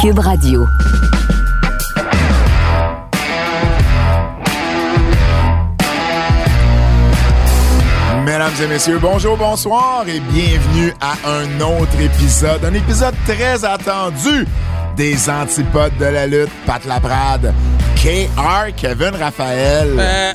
Cube Radio. Mesdames et messieurs, bonjour, bonsoir et bienvenue à un autre épisode, un épisode très attendu des antipodes de la lutte, Pat Laprade, KR, Kevin Raphaël. Euh,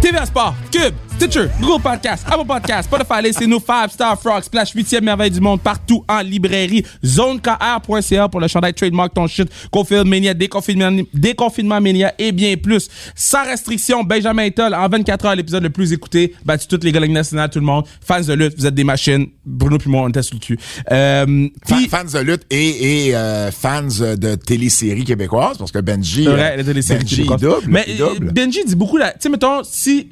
TVA Sport, Cube, Stitcher, Google Podcast, Apple Podcast, Spotify, laissez-nous 5 Star Frogs, Splash 8e merveille du monde partout en librairie, zonekr.ca pour le chandail Trademark Ton Shit, Confirm Mania, Déconfinement, Déconfinement Mania et bien plus. Sans restriction, Benjamin Toll, en 24 heures, l'épisode le plus écouté, battu toutes les galeries nationales, tout le monde, fans de lutte, vous êtes des machines, Bruno puis moi, on était sur le cul. Euh, Fa- puis- fans de lutte et, et, euh, fans de téléséries québécoises, parce que Benji, C'est vrai, euh, la télésérie Benji, il québécoise. double. Mais il double. euh, Benji dit beaucoup. la- Tu sais, mettons, si.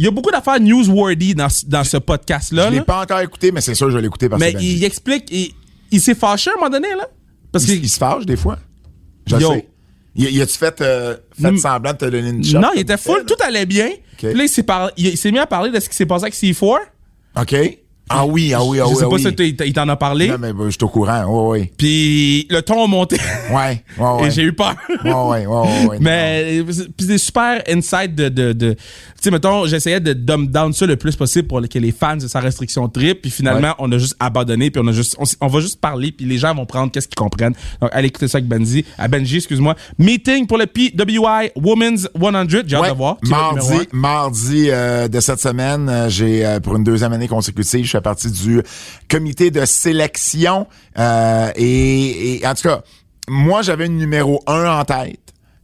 Il y a beaucoup d'affaires newsworthy dans, ce- dans ce podcast-là. je l'ai là. pas encore écouté, mais c'est sûr que je vais l'écouter parce mais que Benji. il explique. Il, il s'est fâché à un moment donné, là. Parce que. Il, il se fâche des fois. Je Yo. sais. Il, il a-tu fait, euh, fait Mm. semblant de te donner une shot? non, il comme était full, fait, tout allait bien. Puis là, il s'est, par- il- il s'est mis à parler de ce qui s'est passé avec C4. là? OK. Ah oui, ah oui, ah je oui. sais ah pas oui. si t'as- il t- il t'en a parlé. Non, mais bah, je suis au courant. Oui, Puis le ton a monté. oui. Ouais, ouais, ouais. Et j'ai eu peur. Ouais, ouais, ouais, ouais, ouais. Mais euh, c'est- puis des super insights de. de, de tu sais, mettons, j'essayais de dumb down ça le plus possible pour que les fans de sa restriction trip. Puis finalement, Ouais. on a juste abandonné. Puis on a juste. On, s- on va juste parler. Puis les gens vont prendre qu'est-ce qu'ils comprennent. Donc, allez écouter ça avec Benji. À Benji, excuse-moi. Meeting pour le PWI Women's 100. J'ai hâte Ouais, de voir. qui va être numéro un. mardi, mardi euh, de cette semaine, euh, j'ai euh, pour une deuxième année consécutive, je fais partie du comité de sélection. euh, et, et en tout cas, moi j'avais une numéro un en tête.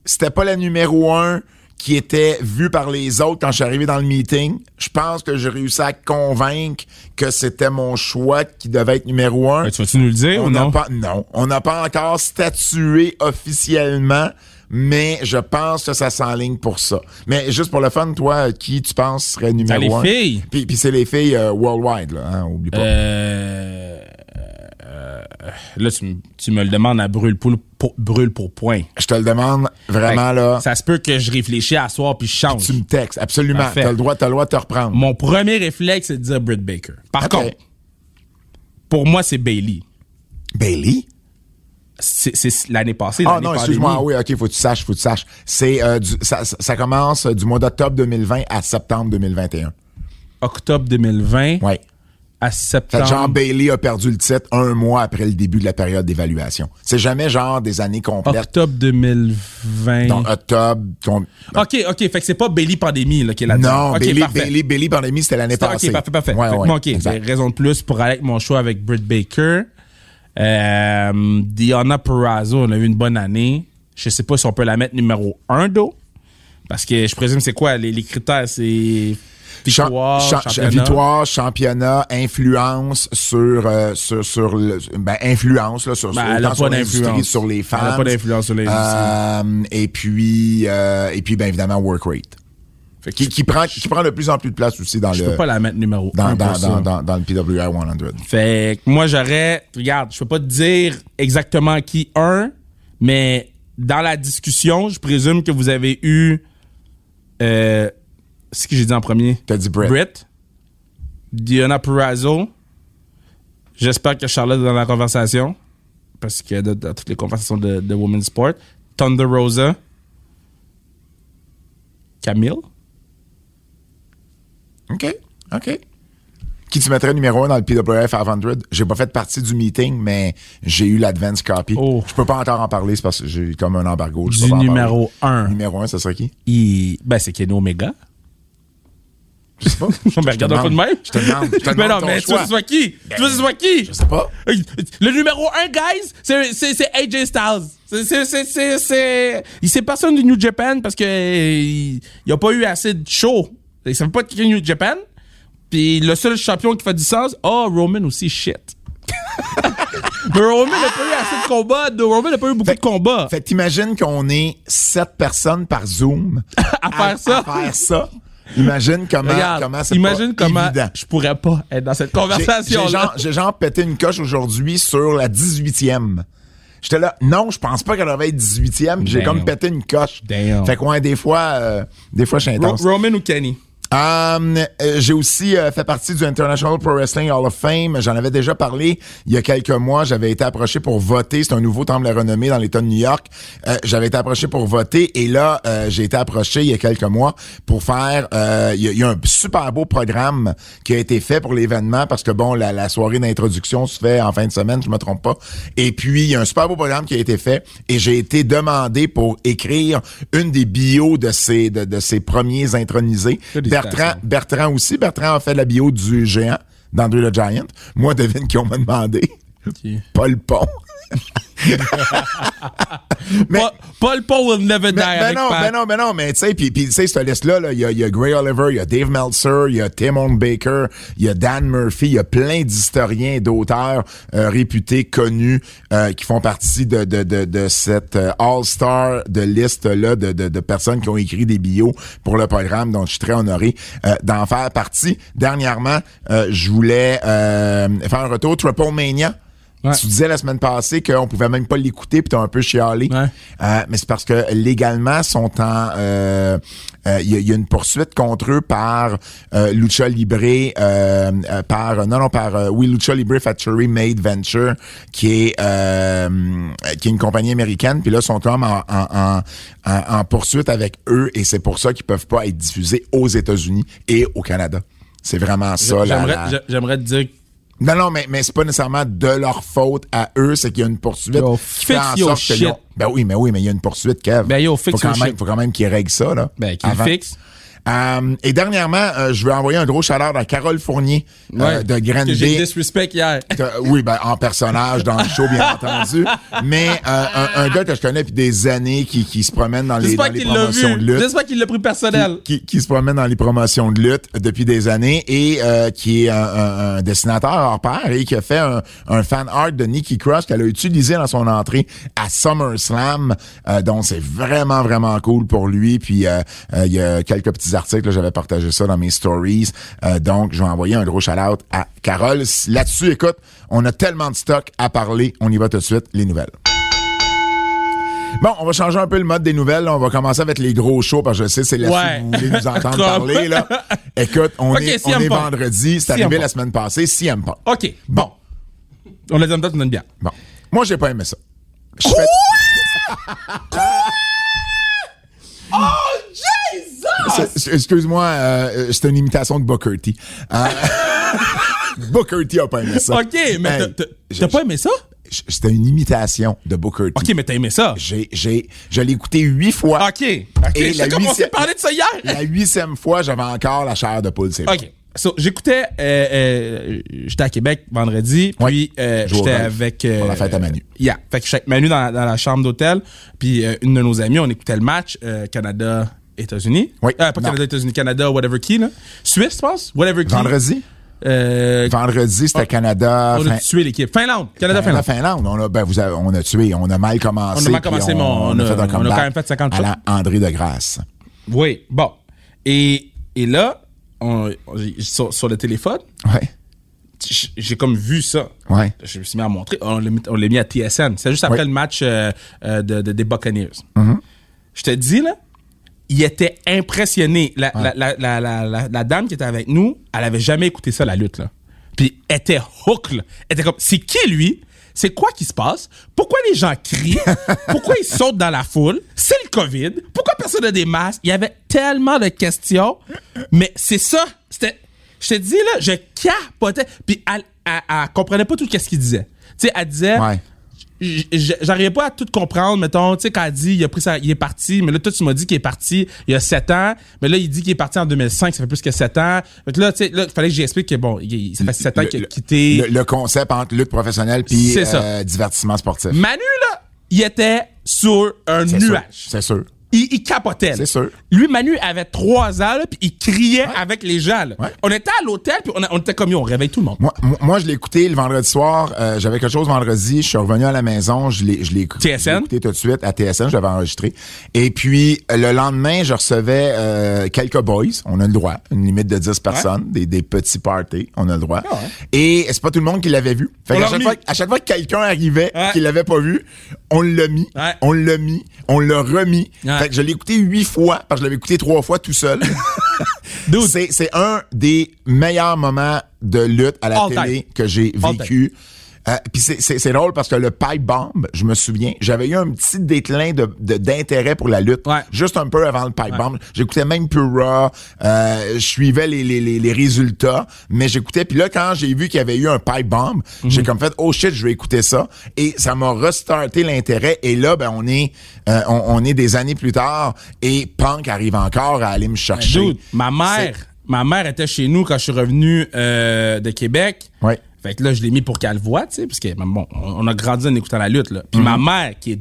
C'était pas la numéro un qui était vue par les autres quand je suis arrivé dans le meeting. Je pense que j'ai réussi à convaincre que c'était mon choix qui devait être numéro un. Ben, tu vas-tu nous le dire On ou n'a non? pas, non, on n'a pas encore statué officiellement, mais je pense que ça s'enligne pour ça. Mais juste pour le fun, toi, qui tu penses serait numéro les un? filles. Puis, puis c'est les filles euh, worldwide, là, hein, oublie pas. Euh, euh, là, tu, me- tu me le demandes à brûle pour, pour- brûle pour point. Je te le demande vraiment, Fait que là, ben, Ça se peut que je réfléchisse à soir puis je change. tu me textes, absolument. Parfait. T'as le droit, t'as le droit de te reprendre. Mon premier réflexe, c'est de dire Britt Baker. Par Ok. contre, pour moi, c'est Bailey. Bailey? C'est c'est l'année passée. Ah l'année non, pandémie. excuse-moi, ah oui, ok, faut que tu saches, faut que tu saches. C'est, euh, du- ça, ça- ça commence du mois d'octobre 2020 à septembre 2021. Octobre 2020 Ouais. à Fait que septembre. genre, Bailey a perdu le titre un mois après le début de la période d'évaluation. C'est jamais genre des années complètes. octobre 2020. Donc, octobre. ton- ok, ok. Fait que c'est pas Bailey pandémie là, qui est là-dedans. Non, Ah, Ok, Bailey, parfait. Bailey, Bailey, pandémie, c'était l'année C'était- passée. Ok, parfait, parfait. Ouais, Fait que ouais, bon, ok, exact. j'ai raison de plus pour aller avec mon choix avec Britt Baker. Euh, Diana Perrazzo, on a eu une bonne année. Je sais pas si on peut la mettre numéro 1 d'eau. Parce que je présume c'est quoi les, les critères? C'est Cha- victoire, cha- championnat. victoire, championnat, influence sur euh, sur sur le, ben, influence là sur Ben, sur- elle autant a pas sur l'industrie, d'influence. sur les Elle fans. a pas d'influence sur l'industrie. Euh, et puis euh, et puis ben évidemment work rate Fait que qui, qui prend qui prend de plus en plus de place aussi dans je le peux pas la mettre numéro Euh, dans, 1 dans, dans, dans, dans le PWI 100. Fait que moi, j'aurais. Regarde, je peux pas te dire exactement qui un, mais dans la discussion, je présume que vous avez eu. Euh, ce que j'ai dit en premier. T'as dit Brett. Brett. Diana Perrazzo. J'espère que Charlotte est dans la conversation. Parce que dans dans toutes les conversations de, de Women's Sport. Thunder Rosa. Camille. OK. OK. Qui tu mettrais numéro 1 dans le PWF 500? J'ai pas fait partie du meeting, mais j'ai eu l'advance copy. Oh. Je peux pas encore en parler, c'est parce que j'ai comme un embargo. je Du peux pas en numéro parler. un. Numéro 1, ça serait qui? Il- Ben, c'est Kenny Omega. Je sais pas. Non, mais Je te Ben, regarde pas de demande. même. Je te demande. Je te mais demande non, ton mais tu choix. veux Ben, que ce soit qui? Tu veux que ce soit qui? Je sais pas. Le numéro 1, guys, c'est- c'est c'est AJ Styles. C'est- c'est- c'est- c'est- C'est il- c'est personne du New Japan parce que euh, il n'y a pas eu assez de show. Ils savent pas qui est New Japan. Puis le seul champion qui fait du sens, oh, Roman aussi, shit. Mais Roman n'a pas eu assez de combats. de- Roman n'a pas eu beaucoup de combats. Fait que t'imagines qu'on est sept personnes par Zoom À faire ça. À faire ça. Imagine comment, Regarde, comment c'est imagine pas comment évident. je pourrais pas être dans cette J'ai- J'ai genre, conversation-là. j'ai genre pété une coche aujourd'hui sur la 18e. J'étais là, non, je pense pas qu'elle devait être 18e, puis j'ai Damn. comme pété une coche. Damn. Fait que ouais, des fois, euh, des fois, je suis Ro- intense. Roman ou Kenny? Um, euh, j'ai aussi euh, fait partie du International Pro Wrestling Hall of Fame. J'en avais déjà parlé il y a quelques mois. J'avais été approché pour voter. C'est un nouveau temple de renommée dans l'État de New York. Euh, j'avais été approché pour voter et là, euh, j'ai été approché il y a quelques mois pour faire... euh, Il y, a- il y a un super beau programme qui a été fait pour l'événement parce que, bon, la, la soirée d'introduction se fait en fin de semaine, je me trompe pas. Et puis, il y a un super beau programme qui a été fait et j'ai été demandé pour écrire une des bios de ces, de, de ces premiers intronisés. Félicitations. Bertrand, Bertrand aussi. Bertrand a fait la bio du géant d'André le Giant. Moi, devine qui on m'a demandé. Paul Pont. Mais- Paul, Paul Paul will never die. Ben, ben avec non, Pat. ben non, ben non, mais tu sais, puis puis tu sais, cette liste-là, là, il y, a- il y a Gray Oliver, il y a Dave Meltzer, il y a Tim Horn Baker, il y a Dan Murphy, il y a plein d'historiens, d'auteurs euh, réputés, connus, euh, qui font partie de, de, de, de cette euh, all-star de liste-là de, de, de personnes qui ont écrit des bios pour le programme, donc je suis très honoré euh, d'en faire partie. Dernièrement, euh, je voulais euh, faire un retour, Triple Mania. Ouais. Tu disais la semaine passée qu'on pouvait même pas l'écouter, puis t'as un peu chialé. Ouais. Euh, mais c'est parce que légalement sont en euh, euh, il y, a- il y a une poursuite contre eux par euh, Lucha Libre euh, euh, par euh, non non par euh, oui Lucha Libre Factory Made Venture qui est euh, qui est une compagnie américaine puis là sont comme en, en, en- en- en poursuite avec eux et c'est pour ça qu'ils peuvent pas être diffusés aux États-Unis et au Canada. C'est vraiment ça la- J'aimerais la, j'a- j'aimerais te dire. non, non, mais, mais c'est pas nécessairement de leur faute à eux, c'est qu'il y a une poursuite Yo, qui fait fix en your sorte que shit. l'on- Ben oui, mais oui, mais il y a une poursuite, Kev. Ben yo, fix faut quand your même, shit. Faut quand même qu'ils règlent ça, là. Ben, qu'il avant. fixe. Euh, et dernièrement, euh, je veux envoyer un gros chaleur à Carole Fournier euh, Ouais, de que Granby. j'ai disrespect hier. Que- oui, ben, en personnage, dans le show, bien entendu. Mais euh, un, un gars que je connais depuis des années qui, qui se promène dans les, dans J'espère les qu'il l'a promotions de vu. lutte J'espère qu'il l'a pris personnel. qui, qui se promène dans les promotions de lutte depuis des années et euh, qui est un, un- un dessinateur hors pair et qui a fait un, un fan art de Nikki Cross qu'elle a utilisé dans son entrée à SummerSlam. Euh, donc, c'est vraiment, vraiment cool pour lui. Puis, euh, euh, il y a quelques petits articles, là, j'avais partagé ça dans mes stories. Euh, donc, je vais envoyer un gros shout-out à Carole. Là-dessus, écoute, on a tellement de stock à parler. On y va tout de suite, les nouvelles. Bon, on va changer un peu le mode des nouvelles. là. On va commencer avec les gros shows parce que je sais c'est là Ouais. que vous voulez nous entendre Trop. parler. Là. Écoute, on Ok, est, on CM est Punk. vendredi. C'est CM arrivé Punk. la semaine passée. CM Punk. OK. Bon, On les aime tous, on donne bien. bon. Moi, j'ai pas aimé ça. Je fais- C'est- Excuse-moi, euh, c'est une imitation de Booker T. Euh, Booker T a pas aimé ça. OK, mais Hey, t'as- t'as- je- t'as pas aimé ça? je- C'était une imitation de Booker T. OK, mais t'as aimé ça. J'ai, j'ai, je l'ai écouté huit fois. OK. OK. Et Je la sais comment on s'est huitième- parlé de ça hier. La huitième fois, j'avais encore la chair de poule. c'est vrai. OK. So, j'écoutais, euh, euh, j'étais à Québec vendredi, puis Ouais. euh, Jouer au j'étais golf. avec... euh, Pour la fête à Manu. Yeah. Fait que j'étais avec Manu dans, dans la chambre d'hôtel, puis euh, une de nos amies, on écoutait le match euh, Canada... États-Unis? Oui. Euh, pas Non. Canada, États-Unis, Canada, whatever qui, là. Suisse, je pense? Whatever qui. Vendredi? Euh, Vendredi, c'était Canada. on Fin- a tué l'équipe. Finlande. Canada, Finlande. Finlande. Finlande. On a, ben, vous avez- on a tué, on a mal commencé. On a mal puis commencé, mais on a- on a quand comeback même fait 50 à la André de Grasse. Oui. Bon. Et, et là, on- on- j'ai- sur, sur le téléphone, Ouais. j- j'ai comme vu ça. Ouais. Je me suis mis à montrer. On l'a mis, on l'a mis à TSN. C'est juste après Ouais. Mm-hmm. le match euh, euh, de, de- des Buccaneers. Je te dis, là, il était impressionné. La, la, la, la, la, la- la dame qui était avec nous, elle avait jamais écouté ça, la lutte. Là. Puis elle était hook. là. Elle était comme, c'est qui lui? C'est quoi qui se passe? Pourquoi les gens crient? Pourquoi ils sautent dans la foule? C'est le COVID. Pourquoi personne n'a des masques? Il y avait tellement de questions. Mais c'est ça. C'était, je te dis, là, je capotais. Puis elle, elle, elle comprenait pas tout ce qu'il disait. Tu sais, elle disait, Ouais. J- j- j'arrivais pas à tout comprendre mettons tu sais quand elle dit il a pris sa- il est parti mais là toi tu m'as dit qu'il est parti il y a 7 ans mais là il dit qu'il est parti en 2005 ça fait plus que 7 ans Fait que là tu sais là fallait que j'explique que bon il, il- ça fait 7 ans Le- qu'il le- a quitté Le, le concept entre lutte professionnelle puis C'est ça. euh, divertissement sportif. Manu là il était sur un C'est sûr. nuage C'est sûr. il, il capotait. là. C'est sûr. Lui, Manu avait trois ans, là, puis il criait avec les gens. là. Ouais. On était à l'hôtel, puis on, a- on était comme, Yo, on réveille tout le monde. Moi, moi- moi, je l'ai écouté le vendredi soir. euh, j'avais quelque chose vendredi. Je suis revenu à la maison. Je l'ai, je l'ai écou- TSN? je l'ai écouté tout de suite à TSN. Je l'avais enregistré. Et puis, euh, le lendemain, je recevais euh, quelques boys. On a le droit. Une limite de 10 personnes. Des, des petits parties. On a le droit. Ah ouais. Et c'est pas tout le monde qui l'avait vu. Fait On qu'à l'a chaque remis. fois, à chaque fois que quelqu'un arrivait Ouais. qui l'avait pas vu, on l'a mis, Ouais. on l'a mis, on l'a remis. Ouais. Fait que je l'ai écouté huit fois, parce que je l'avais écouté trois fois tout seul. Dude. c'est, c'est un des meilleurs moments de lutte à la All télé time. que j'ai All vécu. Euh, Puis c'est, c'est, c'est drôle parce que le pipe bomb, je me souviens, j'avais eu un petit déclin de, de- d'intérêt pour la lutte, Ouais. juste un peu avant le pipe bomb. J'écoutais même plus Raw, euh, je suivais les, les, les, les résultats, mais j'écoutais. Puis là, quand j'ai vu qu'il y avait eu un pipe bomb, Mhm. j'ai comme fait oh shit, je vais écouter ça, et ça m'a restarté l'intérêt. Et là, ben on est, euh, on, on est des années plus tard, et Punk arrive encore à aller me chercher. Dude, ma mère, ma mère était chez nous quand je suis revenu euh, de Québec. Ouais. Fait que là, je l'ai mis pour qu'elle le voie, tu sais, parce que bon, on a grandi en écoutant la lutte, là. Puis Mhm. ma mère, qui est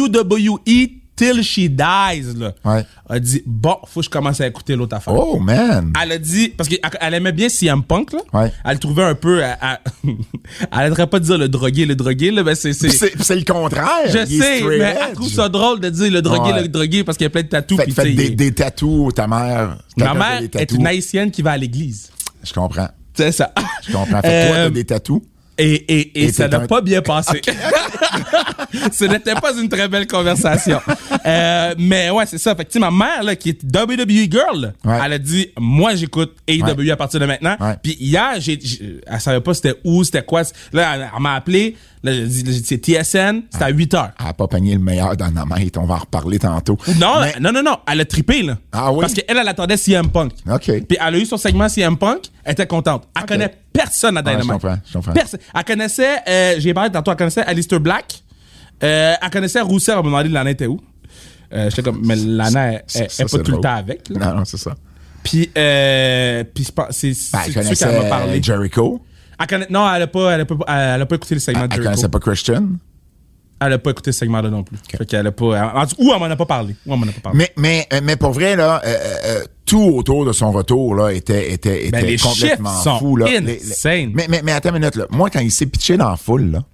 WWE till she dies, là, Ouais. a dit bon, faut que je commence à écouter l'autre affaire. Oh man. Elle a dit, parce qu'elle aimait bien CM Punk, là. Ouais. Elle trouvait un peu. Elle, elle, elle arrêterait pas de dire le drogué, le drogué, là, mais c'est. c'est- Puis C'est puis c'est le contraire. Je Il est sais, straight mais edge. elle trouve ça drôle de dire le drogué, Ouais. le drogué, parce qu'il y a plein de tatous. Fait, puis, fait tu sais, des, des tatous, ta mère. ta Ma fait mère des est tatous. une haïtienne qui va à l'église. Je comprends. C'est ça. Je comprends. Fait que toi, Euh, t'as des tatous. Et, et, et, Et ça t'es n'a un- pas bien passé. Ce n'était pas une très belle conversation. Euh, mais ouais, c'est ça. Fait que, tu sais, ma mère, là, qui est WWE girl, là, Ouais. elle a dit, moi, j'écoute AEW à partir de maintenant. Ouais. Puis hier, j'ai, j'ai- elle savait pas c'était où, c'était quoi. Là, elle, elle m'a appelé. Là, j'ai dit, j'ai dit, c'est TSN. C'était Ah. à 8 heures. Elle a pas pogné le meilleur dans la On va en reparler tantôt. Non, Mais- non, non, non. Elle a trippé, là. Ah oui? Parce qu'elle, elle attendait CM Punk. OK. Puis elle a eu son segment CM Punk, elle était contente. Elle connaît personne à je Dynamite. comprends, je comprends. Personne. Elle connaissait, euh, j'ai parlé tantôt, elle connaissait Alistair Black. Euh, elle connaissait Rousseau, elle m'a demandé Lana était où. Euh, J'étais comme, mais Lana, elle, Ça, elle, ça, est c'est pas tout le drôle. temps avec. là. Non, non, c'est ça. Puis, euh, puis je pense- c'est Ben, c'est elle de ça qu'elle m'a connaissait parlé. euh, Jericho. Elle connaît- non, elle a, pas, elle, a pas, elle a pas écouté le segment Elle de Jericho. connaissait pas Christian. Elle a pas écouté ce segment-là non plus. Fait qu'elle a pas. en- en- ou elle m'en a pas parlé. Ou elle m'en a pas parlé. Mais, mais, euh, mais pour vrai, là, euh, euh, tout autour de son retour là, était, était, était Ben, les complètement chiffres sont fou. Là. insane. mais, mais, mais attends une minute. Là. Moi, quand il s'est pitché dans la foule, là,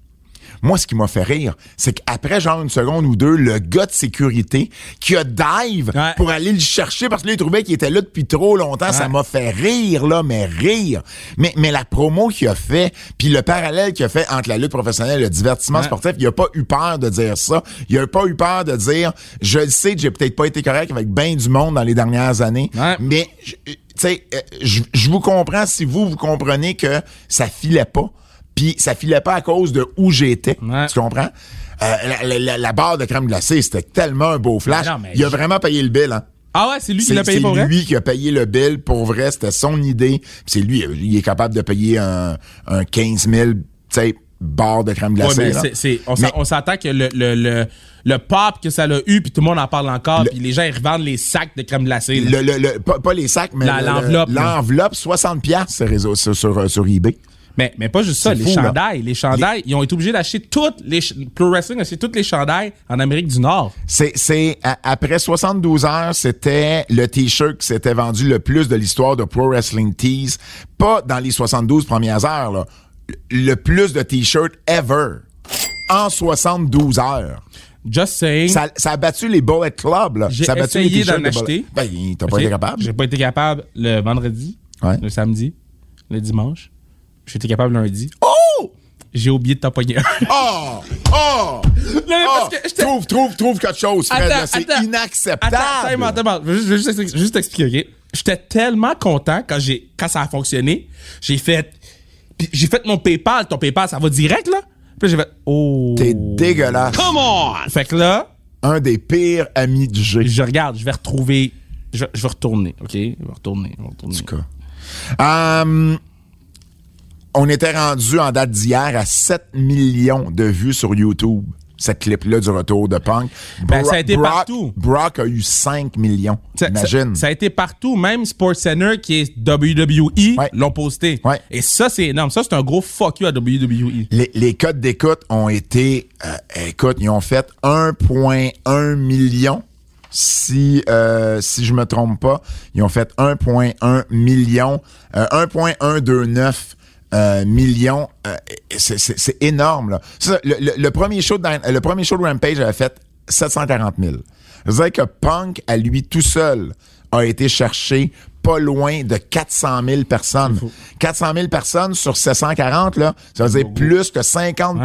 moi, ce qui m'a fait rire, c'est qu'après genre une seconde ou deux, le gars de sécurité qui a dive Ouais. pour aller le chercher parce que là, il trouvait qu'il était là depuis trop longtemps, ça Ouais. m'a fait rire, là, mais rire. Mais, mais la promo qu'il a fait, puis le parallèle qu'il a fait entre la lutte professionnelle et le divertissement Ouais. sportif, il a pas eu peur de dire ça. Il a pas eu peur de dire, je le sais, que j'ai peut-être pas été correct avec bien du monde dans les dernières années, Ouais. mais je- tu sais, euh, je je vous comprends si vous vous comprenez que ça filait pas, puis ça filait pas à cause de où j'étais, Ouais. tu comprends? Euh, la, la- la- la barre de crème glacée, c'était tellement un beau flash. Mais non, mais Ah, il a je- vraiment payé le bill, hein. Ah ouais, c'est lui qui C'est l'a payé c'est pour vrai? lui qui a payé le bill pour vrai, c'était son idée. Puis C'est lui, euh, il est capable de payer un, un 15 000, tu sais, barre de crème Ouais, glacée. mais là. c'est- c'est- on Mais- s'en- on s'entend que le, le, le, le pop que ça l'a eu, puis tout le monde en parle encore, puis les gens, ils revendent les sacs de crème glacée. là. Le, le- le- pas, pas les sacs, mais La- le- l'enveloppe, le- là. L'enveloppe, 60 piastres sur, réseau- sur, sur, euh, sur eBay. Mais, mais pas juste ça, C'est les fou, là. chandails. Les chandails, ils ont été obligés d'acheter toutes les... ch- Pro Wrestling a acheté toutes les chandails en Amérique du Nord. C'est, c'est, à- après 72 heures, c'était le t-shirt qui s'était vendu le plus de l'histoire de Pro Wrestling Tees. Pas dans les 72 premières heures, là. Le plus de t-shirts ever. En 72 heures. Just saying. Ça, ça a battu les Bullet Club, là. J'ai Ça a battu essayé les t-shirts d'en de Bullet- acheter. Ben, il- t'as pas été Ok, capable. J'ai pas été capable le vendredi, Ouais. le samedi, le dimanche. J'ai été capable lundi. Oh! J'ai oublié de t'en pogner un. Oh! Oh! mais parce Oh! que j'étais- trouve, trouve, trouve quelque chose, Fred. là. c'est attends. inacceptable. Attends, attends, attends, attends. Je vais juste- je vais juste, juste t'expliquer, OK? J'étais tellement content quand, j'ai, quand ça a fonctionné. J'ai fait... puis j'ai fait mon PayPal. Ton PayPal, ça va direct, là? Puis là, j'ai fait... Oh... T'es dégueulasse. Fait que là, Un des pires amis du jeu. je regarde, je vais retrouver... Je, vais- je vais retourner, OK? Je vais retourner, je vais retourner. cas. Hum, on était rendu en date d'hier à 7 millions de vues sur YouTube. Cette clip-là du retour de Punk. Ben, Bro- ça a été Brock- partout. Brock a eu 5 millions. Ça, Imagine. ça- ça a été partout, même SportsCenter qui est WWE Ouais. l'ont posté. Ouais. Et ça, c'est énorme. Ça, c'est un gros fuck you à E. WWE. les, les codes d'écoute ont été... euh, écoute, ils ont fait 1,1 million. Si euh, si je me trompe pas, ils ont fait 1,1 million. euh, 1,129 euh, millions. euh, c'est- c'est c'est énorme. Là. Ça, le, le- le premier show de, Dyn- le premier show de Rampage avait fait 740 000. C'est-à-dire que Punk, à lui tout seul, a été cherché pas loin de 400 000 personnes. 400 000 personnes sur 740, là, ça veut Oh. dire plus que 50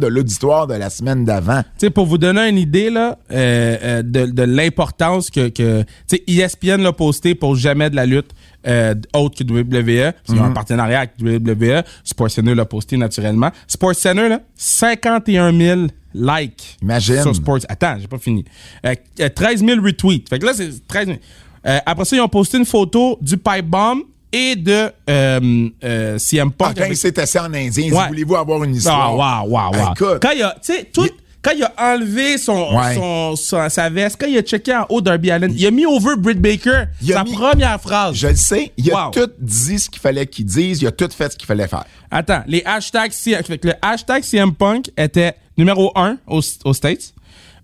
de l'auditoire de la semaine d'avant. Tu sais, pour vous donner une idée là, euh, euh, de, de l'importance que, que tu sais, E ESPN l'a posté pour jamais de la lutte euh, autre que WWE, parce qu'ils Mhm. ont un partenariat avec WWE. SportsCenter l'a posté naturellement. SportsCenter, là, 51 000 likes. Imagine. Sur Sports. Attends, j'ai pas fini. Euh, euh, 13 000 retweets. Fait que là, c'est 13 000. Euh, après ça, ils ont posté une photo du pipe bomb et de euh, euh, CM Punk. Ah, quand avec- il s'est assis en indien, il dit, Ouais. voulez-vous avoir une histoire? ah, wow, wow, wow. Écoute. Quand il a, tu sais, tout, quand il a enlevé son, Ouais. son, son- sa veste, quand il a checké en haut Derby Allen, il a mis over Britt Baker, Il a sa mis- première phrase. Je le sais, il a Wow. tout dit ce qu'il fallait qu'il dise, il a tout fait ce qu'il fallait faire. Attends, les hashtags CM, fait que le hashtag CM Punk était numéro 1 aux, aux States.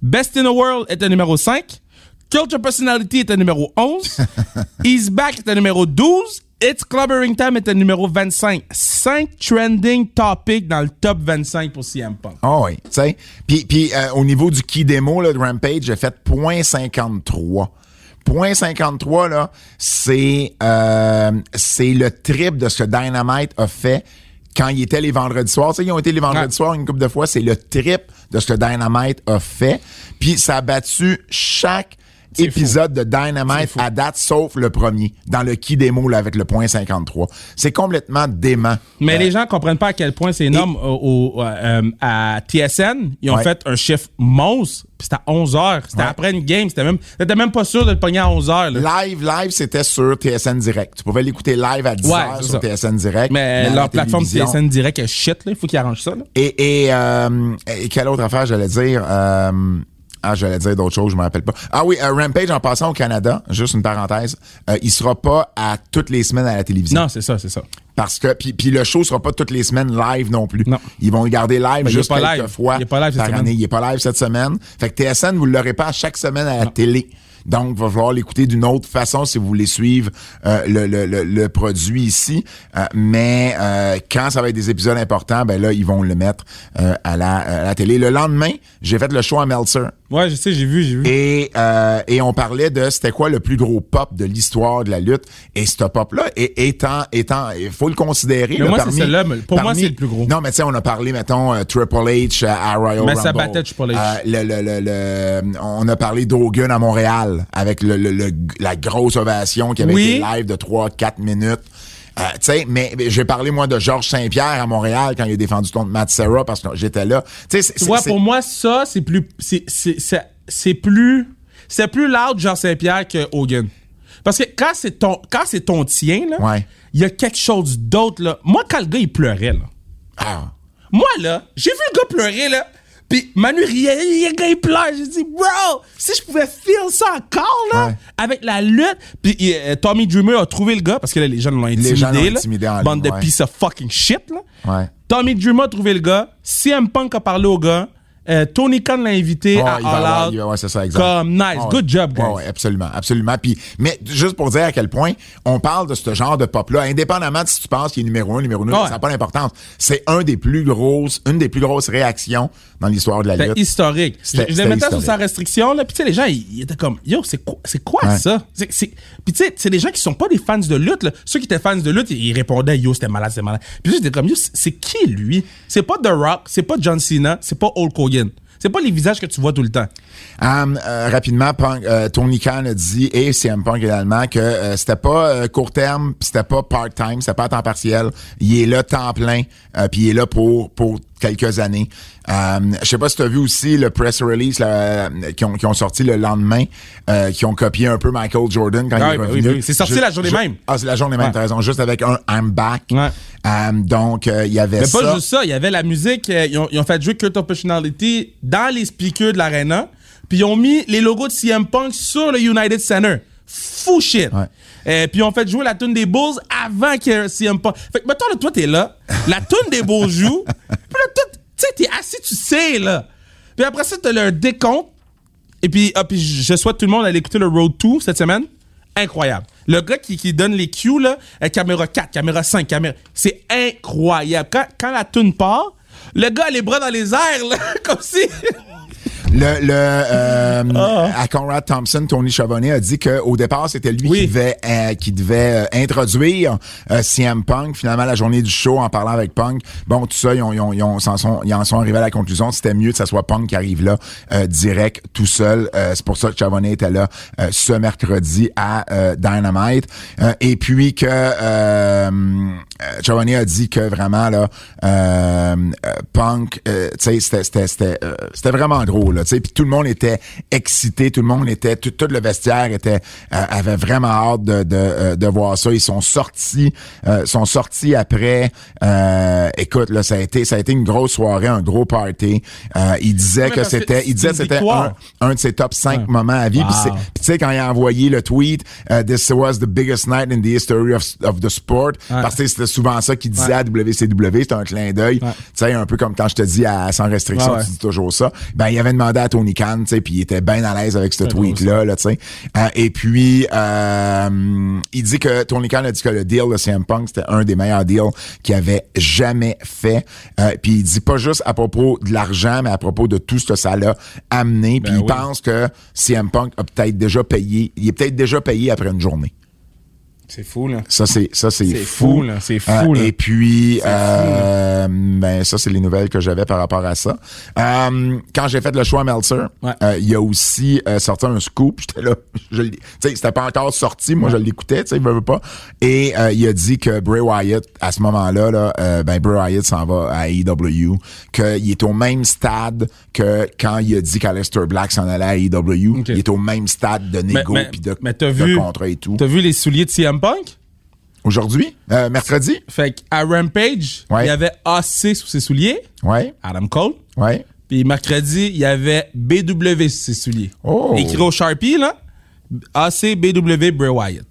Best in the World était numéro 5. Culture Personality était numéro 11. He's Back était numéro 12. It's Clubbering Time était numéro 25. 5 trending topics dans le top 25 pour CM Punk. Ah oui, tu sais. Puis, puis euh, au niveau du key démo là, de Rampage, j'ai fait .53. .53, là, c'est euh, c'est le trip de ce que Dynamite a fait quand il était les vendredis soirs. Tu sais, ils ont été les vendredis Ouais. soirs une couple de fois. C'est le trip de ce que Dynamite a fait. Puis ça a battu chaque épisode de Dynamite à date, sauf le premier, dans le key démo là, avec le .53. C'est complètement dément. Mais les gens comprennent pas à quel point c'est énorme au, au- euh, euh, à TSN. Ils ont Ouais. fait un chiffre monstre, puis c'était à 11 heures. C'était Ouais. après une game. C'était même, t'étais même pas sûr de le pogner à 11 heures. là. Live, live, c'était sur TSN Direct. Tu pouvais l'écouter live à 10 Ouais, heures c'est sur ça. TSN Direct. Mais à la leur plateforme télévision. TSN Direct est shit. là. Il faut qu'ils arrangent ça. là. Et, et, euh, et quelle autre affaire j'allais dire? Euh, ah, j'allais dire d'autres choses, je me rappelle pas. Ah oui, euh, Rampage, en passant au Canada, juste une parenthèse, euh, il sera pas à toutes les semaines à la télévision. Non, c'est ça, c'est ça. Parce que, puis, puis le show sera pas toutes les semaines live non plus. Non. Ben, Ils vont le garder live il est juste pas quelques live. fois Il est pas live cette par semaine. année. Il est pas live cette semaine. Fait que TSN, vous l'aurez pas à chaque semaine à la télé. Donc, va falloir l'écouter d'une autre façon si vous voulez suivre euh, le, le- le- le produit ici. Euh, mais euh, quand ça va être des épisodes importants, ben là, ils vont le mettre euh, à, la, à la télé. Le lendemain, j'ai fait le show à Meltzer. Ouais, je sais, j'ai vu, j'ai vu. Et, euh, et on parlait de c'était quoi le plus gros pop de l'histoire de la lutte. Et ce pop-là, est- étant, étant, il faut le considérer. Mais là, moi, c'est parmi- celui-là, mais pour moi, parmi- c'est le plus gros. Non, mais tu sais, on a parlé, mettons, euh, Triple H euh, à Royal Mais Rumble. ça battait Triple H. Euh, le- le- le- le- on a parlé d'Hogan à Montréal avec le, le- le- la grosse ovation qui avait Oui. été live de 3-4 minutes. Euh, tu sais, mais, mais j'ai parlé, moi, de Georges Saint-Pierre à Montréal quand il a défendu contre Matt Serra parce que j'étais là. Tu sais, c'est- Tu vois, c'est- pour moi, ça, c'est plus. c'est- c'est- C'est c'est plus. C'est plus loud, Jean Saint-Pierre, que Hogan. Parce que quand c'est ton, quand c'est ton tien, là, il Ouais. y a quelque chose d'autre. là. Moi, quand le gars, il pleurait, là. Ah. Moi, là, j'ai vu le gars pleurer, là. Puis Manu riait, le gars, il pleure. J'ai dit, bro, si je pouvais feel ça encore, là, Ouais. avec la lutte. Puis il- euh, Tommy Dreamer a trouvé le gars, parce que là, les gens l'ont intimidé. gens l'ont là. intimidé en Bande ligne, de ouais. piece of fucking shit, là. Ouais. Tommy Dreamer a trouvé le gars. CM Punk a parlé au gars. Euh, Tony Khan l'a invité Ouais, à Oh, il va avoir- All il Out. va- ouais, c'est ça, exact. Comme nice. Ouais, Good ouais. Oh, job, guys. Ouais, ouais, absolument, absolument. Puis, mais juste pour dire à quel point on parle de ce genre de pop-là, indépendamment de si tu penses qu'il est numéro un, numéro 9, Ouais. ça n'a pas d'importance. C'est un des plus grosses, une des plus grosses réactions dans l'histoire de la C'était lutte. historique. Je C'était- je le c'était mettais sur historique. sa restriction, là. Puis, tu sais, les gens, ils, ils étaient comme, yo, c'est quoi, c'est quoi Ouais. ça? C'est- c'est- Puis, tu sais, c'est des gens qui sont pas des fans de lutte, là. Ceux qui étaient fans de lutte, ils ils répondaient, yo, c'était malade, c'était malade. Puis, j'étais comme, yo, c'est c'est qui lui? C'est pas The Rock, c'est pas John Cena, c'est pas Hulk Hogan. C'est pas les visages que tu vois tout le temps. Hum, euh, rapidement, Punk- euh, Tony Khan a dit, et CM Punk également, que euh, c'était pas euh, court terme, puis c'était pas part-time, c'était pas à temps partiel. Il est là temps plein, euh, puis il est là pour, pour quelques années. Hum, Je sais pas si tu as vu aussi le press release là, euh, qui, ont, qui ont sorti le lendemain, euh, qui ont copié un peu Michael Jordan quand Ah il est oui, oui, revenu. oui. C'est sorti la journée même. Ah, c'est la journée même, Ouais. t'as raison. Juste avec un « I'm back Ouais. Hum, donc, euh, il y avait Mais ça. pas juste ça, il y avait la musique, euh, ils, ont, ils ont fait jouer Cult of Personality dans les speakers de l'arena, puis ils ont mis les logos de CM Punk sur le United Center. Fou shit. Ouais. Euh, puis ils ont fait jouer la tune des Bulls avant que CM Punk. Fait que mettons là, toi t'es là, la tune des Bulls joue, puis là toi, tu sais t'es assis, tu sais là. Puis après ça t'as le décompte et puis, ah, puis je souhaite tout le monde d'aller écouter le Road 2 cette semaine. Incroyable. Le gars qui, qui donne les cues, là, euh, caméra 4, caméra 5, caméra. C'est incroyable. Quand, quand la tune part, le gars a les bras dans les airs, là, comme si. Le, le, euh, à Conrad Thompson, Tony Chabonnet a dit qu'au départ, c'était lui Oui. qui devait, euh, qui devait euh, introduire euh, CM Punk. Finalement, la journée du show, en parlant avec Punk, bon, tout ça, ils, ont, ils, ont- ils ont- s'en sont, ils en sont arrivés à la conclusion que c'était mieux que ça soit Punk qui arrive là euh, direct, tout seul. Euh, c'est pour ça que Chabonnet était là euh, ce mercredi à euh, Dynamite. Euh, et puis que euh, euh, Chabonnet a dit que vraiment, là, euh, euh, Punk, euh, tu sais, c'était- c'était c'était, euh, c'était vraiment drôle, là, tu sais. Puis tout le monde était excité, tout le monde était, tout, tout le vestiaire était euh, avait vraiment hâte de, de, euh, de voir ça. Ils sont sortis, euh, sont sortis après. Euh, écoute, là, ça a été, ça a été une grosse soirée, un gros party. Euh, il disait Mais que parce que c'était, c'est il disait une que c'était un, victoire. un de ses top 5 moments à vie. Puis c'est- Wow. puis tu sais, quand il a envoyé le tweet, euh, This was the biggest night in the history of, of the sport, Ouais. parce que c'était souvent ça qu'il disait à WCW, c'était un clin d'œil. Ouais. Tu sais, un peu comme quand je te dis à Sans Restriction, Ouais, ouais. tu dis toujours ça. Ben, il avait demandé à Tony Khan, tu sais, puis il était bien à l'aise avec ce tweet-là, là, tu sais. Euh, et puis, euh, il dit que Tony Khan a dit que le deal de CM Punk, c'était un des meilleurs deals qu'il avait jamais fait. Euh, puis il dit pas juste à propos de l'argent, mais à propos de tout ce que ça l'a amené. Puis Ben il oui. pense que CM Punk a peut-être déjà payé, il est peut-être déjà payé après une journée. C'est fou, là. Ça, c'est, ça, c'est C'est fou. Euh, fou, là. C'est fou, là. Et puis, euh, ben, ça, c'est les nouvelles que j'avais par rapport à ça. Euh, quand j'ai fait le choix à Meltzer, Ouais. euh, il a aussi euh, sorti un scoop. J'étais là. Je l'ai- tu sais, c'était pas encore sorti. Moi, je l'écoutais, tu sais, veux, veux pas. Et euh, il a dit que Bray Wyatt, à ce moment-là, là, euh, ben, Bray Wyatt s'en va à AEW, qu'il est au même stade que quand il a dit qu'Aleister Black s'en allait à AEW. Ok. Il est au même stade de Mais, négo mais, puis de, mais t'as de vu, contrat et tout. t'as vu les souliers de CM Punk? Aujourd'hui? Euh, mercredi? Fait qu'à Rampage, Ouais. il y avait AC sous ses souliers, Ouais, Adam Cole. ouais. Puis mercredi, il y avait BW sous ses souliers. Oh. Écrit au Sharpie, là. AC, BW, Bray Wyatt.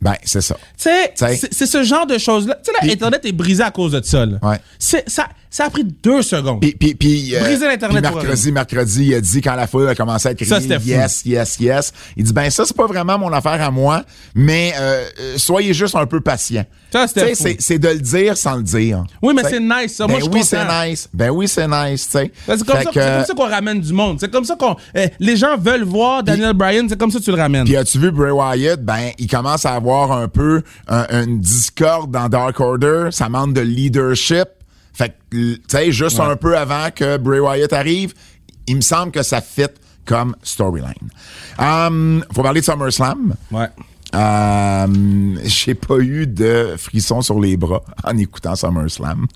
Ben, c'est ça. Tu sais, T'sais. c'est c'est ce genre de choses-là. Tu sais, là, Internet est brisé à cause de ça. là. Ouais. C'est- Ça, ça a pris deux secondes. Puis, puis, puis, euh, Briser l'Internet puis pour mercredi, mercredi, il a dit quand la foule a commencé à crier Ça, c'était fou. yes, yes, yes. Il dit ben ça c'est pas vraiment mon affaire à moi, mais euh, euh, soyez juste un peu patient. Ça, c'était fou. c'est c'est de le dire sans le dire. Oui, mais T'sais, c'est nice, ça. Ben Moi, je suis oui, content. Ben, c'est nice. Ben oui, c'est nice, tu sais. C'est comme, Fait ça- que, c'est comme ça qu'on ramène du monde. C'est comme ça qu'on. eh, les gens veulent voir Daniel Bryan, c'est comme ça que tu le ramènes. Puis euh, as-tu vu Bray Wyatt? Ben, il commence à avoir un peu un- une discorde dans Dark Order. Ça manque de leadership. Fait que, tu sais, juste un peu avant que Bray Wyatt arrive, il me semble que ça fit comme storyline. Hum, faut parler de SummerSlam. Ouais. Hum, J'ai pas eu de frissons sur les bras en écoutant SummerSlam.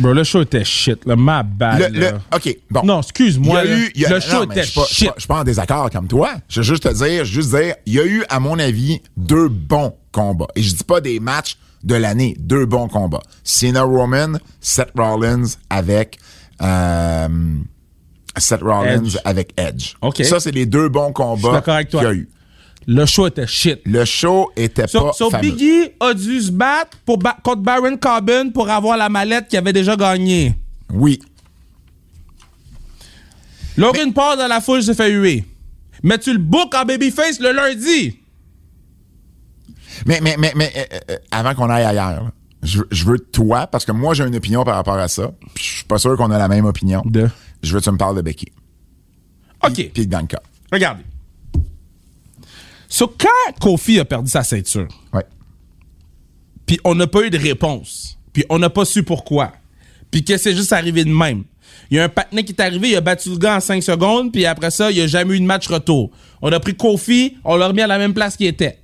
Bro, le show était shit, là. Ma Le, bad. le- là. OK, bon. Non, excuse-moi, Il y a là. eu- il y a- Le non, show mais était je suis pas- Je suis shit. pas- je suis pas en désaccord comme toi. Je veux juste te dire, je veux juste dire, il y a eu, à mon avis, deux bons combats. Et je dis pas des matchs de l'année, deux bons combats. Cena Roman, Seth Rollins avec... euh, Seth Rollins Edge. avec Edge. OK. Ça, c'est les deux bons combats d'accord avec qu'il toi. y a eu. Le show était shit. Le show était So, pas so fameux. Biggie a dû se battre pour ba- contre Baron Corbin pour avoir la mallette qu'il avait déjà gagnée. Oui. Logan une part dans la foule s'est fait huer. Mais tu le book en babyface le lundi. Mais, mais, mais, mais euh, euh, avant qu'on aille ailleurs, là, je, veux- je veux toi, parce que moi, j'ai une opinion par rapport à ça. puis Je suis pas sûr qu'on a la même opinion. De? Je veux que tu me parles de Becky. OK. Puis de Bianca. Regardez. So, quand Kofi a perdu sa ceinture, Ouais. puis on n'a pas eu de réponse, puis on n'a pas su pourquoi, puis que c'est juste arrivé de même. Il y a un patinet qui est arrivé, il a battu le gars en 5 secondes, puis après ça, il n'y a jamais eu de match retour. On a pris Kofi, on l'a remis à la même place qu'il était.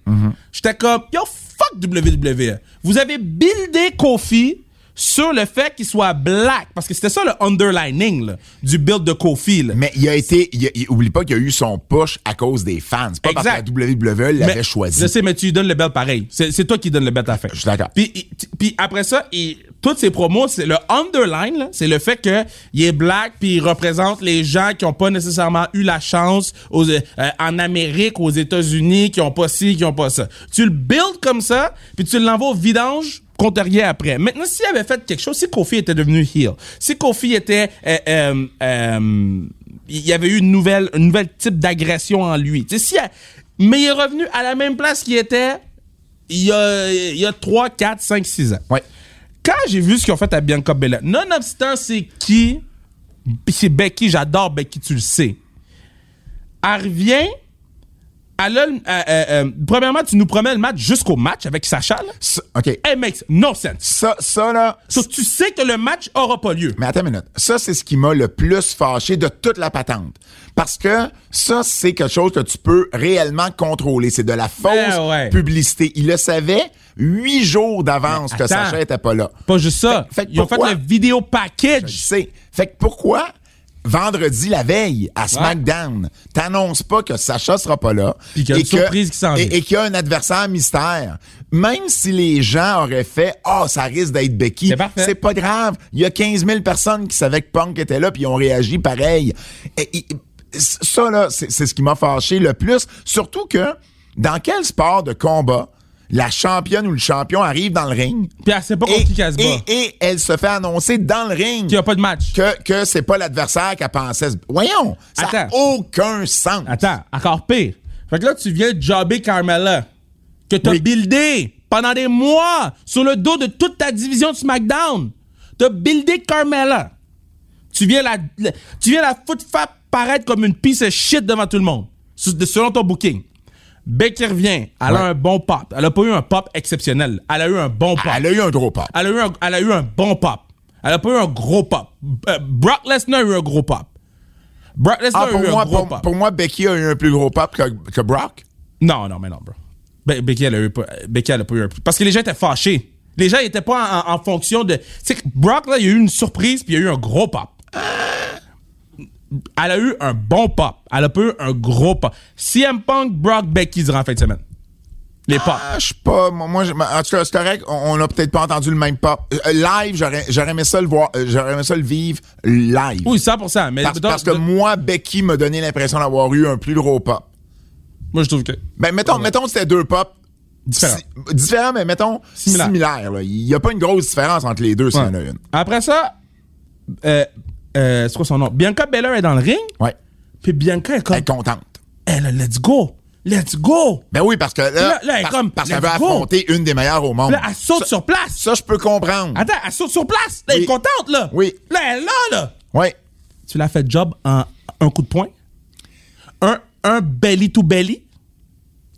J'étais comme, yo, fuck WWE. Vous avez buildé Kofi sur le fait qu'il soit black, parce que c'était ça le underlining là, du build de Kofi. là. Mais il a été. il a- il- oublie pas qu'il a eu son push à cause des fans. C'est pas Exact. parce que la WWE l'avait Mais- choisi. Je sais, mais tu lui donnes le belt pareil. C'est c'est toi qui donnes le belt à la fin. Je suis d'accord. Puis, il- t- puis après ça, il- toutes ces promos, c'est le underline, là, c'est le fait que il est black puis il représente les gens qui n'ont pas nécessairement eu la chance aux, euh, euh, en Amérique, aux États-Unis, qui n'ont pas ci, qui n'ont pas ça. Tu le build comme ça, puis tu l'envoies au vidange compte rien après. Maintenant, s'il avait fait quelque chose, si Kofi était devenu heel, si Kofi était... euh, euh, euh, il y avait eu une nouvelle, un nouvel type d'agression en lui. Tu sais, si elle- mais il est revenu à la même place qu'il était il y a, il y a 3, 4, 5, 6 ans. Ouais. Quand j'ai vu ce qu'ils ont fait à Bianca Belair, nonobstant c'est qui, Puis c'est Becky, j'adore Becky, tu le sais. Elle revient. Elle a le- euh, euh, euh, premièrement, tu nous promets le match jusqu'au match avec Sacha. Là. Ça- OK. It makes no sense. Ça, ça, là. So, tu sais que le match aura pas lieu. Mais attends une minute. Ça, c'est ce qui m'a le plus fâché de toute la patente. Parce que ça, c'est quelque chose que tu peux réellement contrôler. C'est de la fausse Ben ouais. publicité. Il le savait huit jours d'avance que attends. Sacha était pas là. Pas juste ça. Fait- fait que Ils ont fait pourquoi- le vidéo Je package. sais. Fait que pourquoi vendredi la veille à SmackDown, t'annonces pas que Sacha sera pas là Puis qu'il y a une surprise qui s'en vient. et, et qu'il y a un adversaire mystère. Même si les gens auraient fait "Ah, ça risque d'être Becky", C'est parfait. c'est pas grave. Il y a 15 000 personnes qui savaient que Punk était là puis ils ont réagi pareil. Et- et- ça là, c'est c'est ce qui m'a fâché le plus, surtout que dans quel sport de combat la championne ou le champion arrive dans le ring Puis elle sait pas contre et, qui qu'elle se bat. et- et elle se fait annoncer dans le ring Qu'il y a pas de match. que, que c'est pas l'adversaire qu'elle pensait. se- Voyons, ça n'a Attends. aucun sens. Attends, encore pire. Fait que là, tu viens jobber Carmella, que t'as Oui. buildé pendant des mois sur le dos de toute ta division de SmackDown. T'as buildé Carmella. Tu viens la, la- tu viens la foutre faire paraître comme une piece de shit devant tout le monde, sous- de- selon ton booking. Becky revient, elle a Ouais. un bon pop. Elle a pas eu un pop exceptionnel. Elle a eu un bon pop. Elle a eu un gros pas. Elle a, eu un, elle a eu un bon pop. Elle a pas eu un gros pop. Euh, Brock Lesnar a eu un gros pop. Brock Lesnar Ah, a pour, eu un moi, gros pour, pop. pour moi, Becky a eu un plus gros pop que, que Brock. Non, non, mais non, bro. Be- Becky, elle a, eu pas, Becky, elle a pas eu un... Parce que les gens étaient fâchés. Les gens étaient pas en, en fonction de... Tu sais, que Brock, là, il y a eu une surprise, puis il y a eu un gros pop. Elle a eu un bon pop. Elle a pas eu un gros pop. CM Punk, Brock, Becky durant la fin de semaine. Les pops. Ah, je sais pas. Moi, moi, je- en tout cas, c'est correct. On n'a peut-être pas entendu le même pop. Euh, live, j'aurais j'aurais aimé ça le voir. euh, j'aurais aimé ça le vivre live. Oui, 100%. Mais parce, mettons- parce que moi, Becky m'a donné l'impression d'avoir eu un plus gros pop. moi, je trouve que... Ben, mettons, mettons que c'était deux pop. Différents. Si- différents, mais mettons Similaires. similaires. là. Il n'y a pas une grosse différence entre les deux s'il y en a une. Après ça, euh, euh, c'est quoi son nom? Bianca Belair est dans le ring, Ouais. puis Bianca est comme, Elle est contente. elle, a let's go, let's go. Ben oui, parce que là, Là, là, elle est parce, comme, parce qu'elle veut let's go. affronter une des meilleures au monde. Là, elle saute sur place. Ça, je peux comprendre. Attends, elle saute sur place. Là, Elle est Oui. contente, là. Oui. Là, elle est là, là. Oui. Tu l'as fait job en un coup de poing. Un, un belly to belly.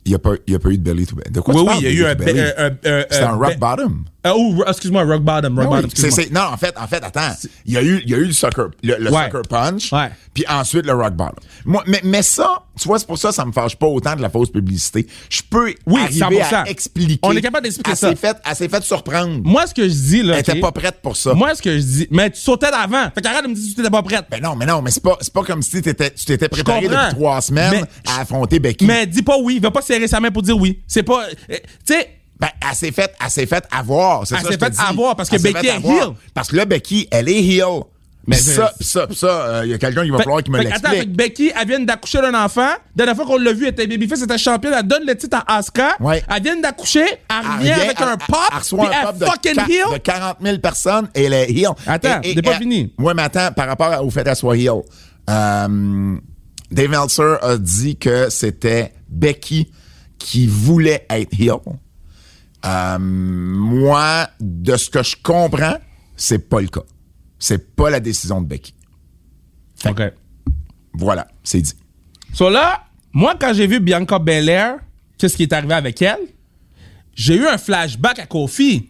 Il n'y a, pas- il y a pas eu de belly to belly. De quoi Oui, tu oui, parles, il y a eu belly un to be- belly? euh, euh, euh, C'était un euh, rock be- bottom. Euh, oh, ro- excuse-moi, rock bottom, rock Ah Oui, bottom, c'est- excuse-moi. c'est- non, en fait, en fait, attends. Il y a eu, il y a eu le sucker, le, le Ouais. sucker punch, Ouais. puis ensuite le rock bottom. Moi, mais, mais ça, tu vois, c'est pour ça que ça me fâche pas autant de la fausse publicité. Je peux Oui, arriver 100%. à expliquer. On est capable d'expliquer Elle ça. s'est faite- Elle s'est faite surprendre. Moi, ce que je dis, là. Elle était ok, pas prête pour ça. Moi, ce que je dis. Mais tu sautais d'avant. Fait qu'arrête de me dire que tu étais pas prête. Ben non, mais non, mais c'est pas, c'est pas comme si t'étais- tu t'étais préparé comprends. depuis trois semaines Mais- à affronter Becky. Mais dis pas oui. Va pas serrer sa main pour dire oui. C'est pas. euh, Tu sais, Ben, elle s'est faite, elle s'est faite avoir. C'est Elle ça, s'est je te faite dis. avoir parce que Elle s'est Becky faite est avoir. heel. Parce que là, Becky, elle est heel. Mais Mais ça, c'est- pis ça, pis ça, il y a quelqu'un qui va Fait- falloir qui me fait que, attends, fait que l'explique. Becky, elle vient d'accoucher d'un enfant. Dernière fois qu'on l'a vu, elle était babyface, elle était championne, elle donne le titre à Asuka. Ouais. Elle vient d'accoucher, elle revient Elle Ah, avec revient, un elle- pop, elle puis reçoit un pop elle de, fucking quar- heel. de 40 000 personnes et elle est heel. Attends, Et- et- t'es pas et- fini. Ouais, mais attends, par rapport au fait qu'elle soit heel, euh, Dave Meltzer a dit que c'était Becky qui voulait être heel. Euh, moi, de ce que je comprends, c'est pas le cas. C'est pas la décision de Becky. OK. Voilà, c'est dit. So là, moi, quand j'ai vu Bianca Belair, qu'est-ce qui est arrivé avec elle? J'ai eu un flashback à Kofi.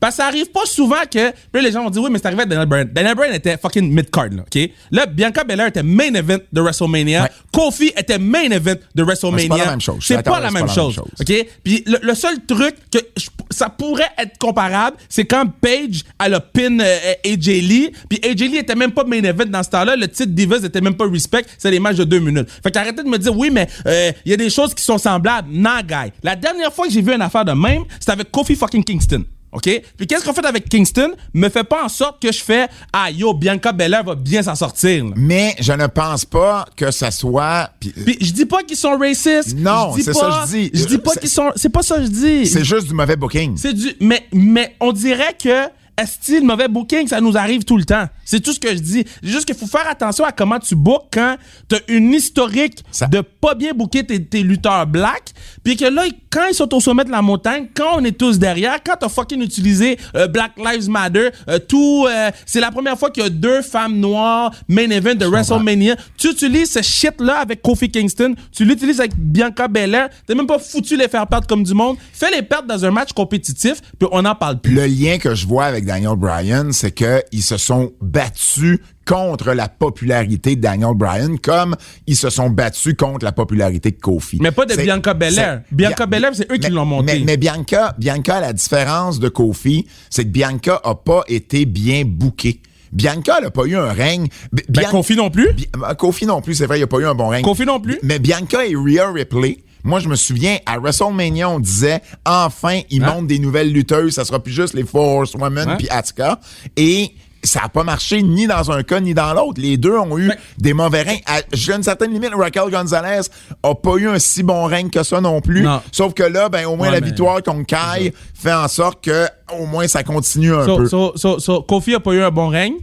Parce que ça arrive pas souvent que. Puis là, les gens vont dire, oui, mais c'est arrivé à Daniel Bryan. Daniel Bryan était fucking mid-card, là, OK? Là, Bianca Belair était main event de WrestleMania. Ouais. Kofi était main event de WrestleMania. Ouais, c'est pas la même chose. Je suis C'est pas d'accord, la c'est même pas la chose. même OK? Puis le, le seul truc que je- ça pourrait être comparable, c'est quand Paige, elle a pin euh, euh, AJ Lee. Puis AJ Lee était même pas main event dans ce temps-là. Le titre Divas était même pas respect. C'est des matchs de deux minutes. Fait qu'arrêtez de me dire, oui, mais euh, il y a des choses qui sont semblables. Non, guy. La dernière fois que j'ai vu une affaire de même, c'était avec Kofi fucking Kingston. OK? Puis qu'est-ce qu'on fait avec Kingston? Me fait pas en sorte que je fais, ah yo, Bianca Belair va bien s'en sortir. là. Mais je ne pense pas que ça soit. puis- Puis je dis pas qu'ils sont racistes. Non, Je dis c'est pas- ça que je dis. Je dis pas C'est- qu'ils sont. C'est pas ça que je dis. C'est juste du mauvais booking. C'est du. Mais, mais on dirait que. Asti, le mauvais booking, ça nous arrive tout le temps. C'est tout ce que je dis. C'est juste qu'il faut faire attention à comment tu bookes quand t'as une historique Ça- de pas bien booker tes, tes lutteurs black, puis que là, quand ils sont au sommet de la montagne, quand on est tous derrière, quand t'as fucking utilisé euh, Black Lives Matter, euh, tout, euh, c'est la première fois qu'il y a deux femmes noires main event de WrestleMania. Tu utilises ce shit-là avec Kofi Kingston, tu l'utilises avec Bianca Belair, t'es même pas foutu les faire perdre comme du monde. Fais les perdre dans un match compétitif, puis on n'en parle plus. Le lien que je vois avec Daniel Bryan, c'est que ils se sont battus contre la popularité de Daniel Bryan, comme ils se sont battus contre la popularité de Kofi. Mais pas de C'est- Bianca Belair. c'est- Bianca Bi- Belair, c'est eux qui mais- l'ont montée. Mais, mais Bianca, Bianca, la différence de Kofi, c'est que Bianca a pas été bien bookée. Bianca n'a pas eu un règne. Bi- Ben, Bian- Kofi non plus. Bi- euh, Kofi non plus, c'est vrai, il a pas eu un bon règne. Kofi non plus. Mais Bianca et Rhea Ripley, moi, je me souviens, à WrestleMania, on disait, enfin, ils Hein? montent des nouvelles lutteuses, ça sera plus juste les Force Women Ouais. puis Asuka. Et ça a pas marché ni dans un cas ni dans l'autre. Les deux ont eu Mais- des mauvais règnes. À j'ai une certaine limite, Raquel Gonzalez a pas eu un si bon règne que ça non plus. Non. Sauf que là, ben, au moins, Ouais, la mais- victoire contre Kai fait en sorte que, au moins, ça continue un So, peu. so, so, so, Kofi a pas eu un bon règne.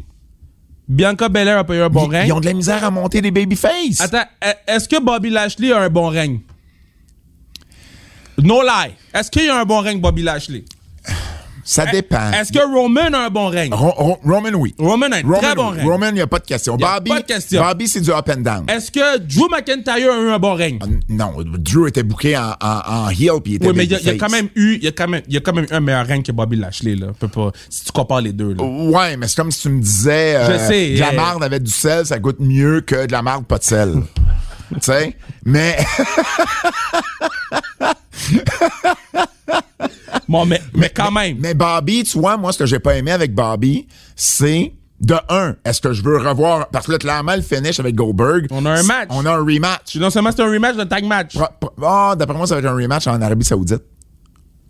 Bianca Belair a pas eu un bon ils, règne. ils ont de la misère à monter des babyface. Attends, e- est-ce que Bobby Lashley a un bon règne? No lie. Est-ce qu'il a un bon règne, Bobby Lashley? Ça dépend. Eh, Est-ce que Roman a un bon règne? Ro- Ro- Ah. Roman, oui. Roman a un très bon oui. règne. Roman, il n'y a pas de question. Y a Bobby, pas de question. Eh. Bobby, c'est du up and down. Est-ce que Drew McIntyre a eu un bon règne? N- Non, Drew était booké en, en, en heel, puis il était Oui, mais il y, a- il y a babyface. quand même eu, il y a quand même, il y a quand même eu un meilleur règne que Bobby Lashley, là. Peut pas, si tu compares les deux, là. Ouais, mais c'est comme si tu me disais euh, Je sais, de la euh, marde avec du sel, ça goûte mieux que de la marde pas de sel. tu sais? Mais Bon, mais, mais quand même. Mais Bobby, tu vois, moi, ce que j'ai pas aimé avec Bobby, c'est de un, est-ce que je veux revoir parce que là, clairement, le finish avec Goldberg. On a un c'est- match. On a un rematch. Non seulement c'est un rematch de tag match. Pro- pro- Ah, d'après moi, ça va être un rematch en Arabie Saoudite.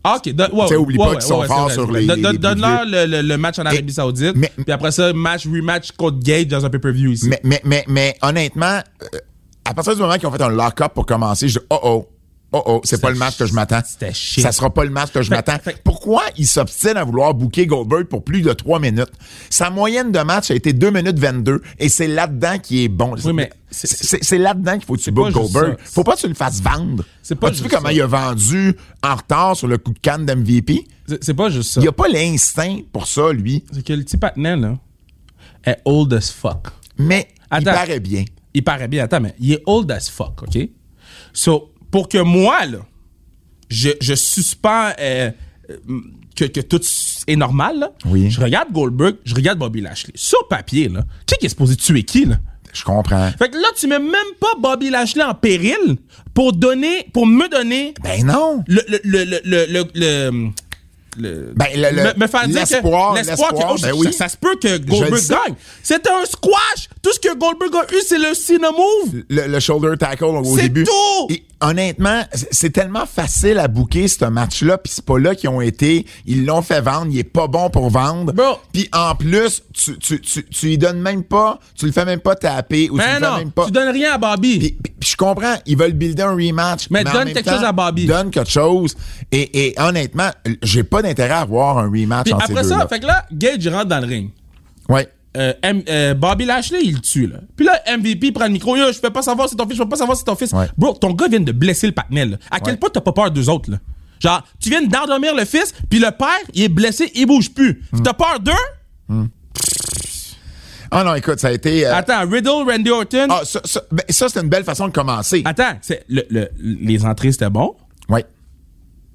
Ah, OK. Don- ouais, Tu sais, oublie ouais, pas ouais, qu'ils sont ouais, forts c'est sur vrai. les- Don- les- don- les plus Donne-leur le, le- le match en Arabie Saoudite. mais- puis après ça, match, rematch contre Gage dans un pay-per-view ici. Mais, mais, mais, mais honnêtement, euh, à partir du moment qu'ils ont fait un lock-up pour commencer, je dis oh oh. Oh oh, c'est pas le match que je m'attends. c'était shit. Ça sera pas le match que je Fait- m'attends. fait- Pourquoi ils s'obstinent à vouloir booker Goldberg pour plus de 3 minutes? Sa moyenne de match a été 2 minutes 22 et c'est là-dedans qui est bon. Oui, mais c'est, c'est- c'est- c'est là-dedans qu'il faut que tu pas bookes juste Goldberg. ça. Faut pas que tu le fasses vendre. C'est pas As-tu vu juste comment ça. il a vendu en retard sur le coup de canne d'MVP? C'est- C'est pas juste ça. Il a pas l'instinct pour ça, lui. C'est que le petit patinet, là, est old as fuck. Mais il Attends. paraît bien. Il paraît bien, attends, mais il est old as fuck, OK? So, pour que moi, là, je, je suspends euh, euh, que, que tout est normal, là, Oui. je regarde Goldberg, je regarde Bobby Lashley. Sur papier, là, qui est supposé tuer qui, là? Je comprends. Fait que là, tu mets même pas Bobby Lashley en péril pour donner, pour me donner Ben non. le, le, le, le, le, le- le- le- Ben, le- le- me, me faire dire que l'espoir, l'espoir que l'espoir, oh, ben ça- oui. ça, se peut que le Goldberg sais. gagne. C'était un squash. Tout ce que Goldberg a eu, c'est le cinnamon move. le, le shoulder tackle au C'est début. tout! Et honnêtement, c'est- c'est tellement facile à booker ce match-là, puis c'est pas là qu'ils ont été. Ils l'ont fait vendre, il est pas bon pour vendre. Bro. Puis en plus, tu, tu, tu, tu y donnes même pas, tu le fais même pas taper ou tu Mais le fais non, même pas. tu donnes rien à Bobby. Puis- puis- puis je comprends, ils veulent builder un rematch. Mais en donne même quelque temps, chose à Bobby. Donne quelque chose. Et, et honnêtement, j'ai pas d'intérêt à voir un rematch Puis entre après ces ça, deux-là. fait que là, Gage rentre dans le ring. Ouais. Euh, M- euh, Bobby Lashley, il le tue, là. Puis là, MVP prend le micro. Yo, je peux pas savoir si c'est ton fils, je peux pas savoir si c'est ton fils. Ouais. Bro, ton gars vient de blesser le patnel. À quel Ouais. point t'as pas peur d'eux autres, là? Genre, tu viens d'endormir le fils, puis le père, il est blessé, il bouge plus. Hmm. T'as peur d'eux? Euh. Ah non, écoute, ça a été. euh, Attends, Riddle, Randy Orton. ah, ça, ça, ben, ça, c'est une belle façon de commencer. Attends, c'est- le- le- les entrées, c'était bon. Oui.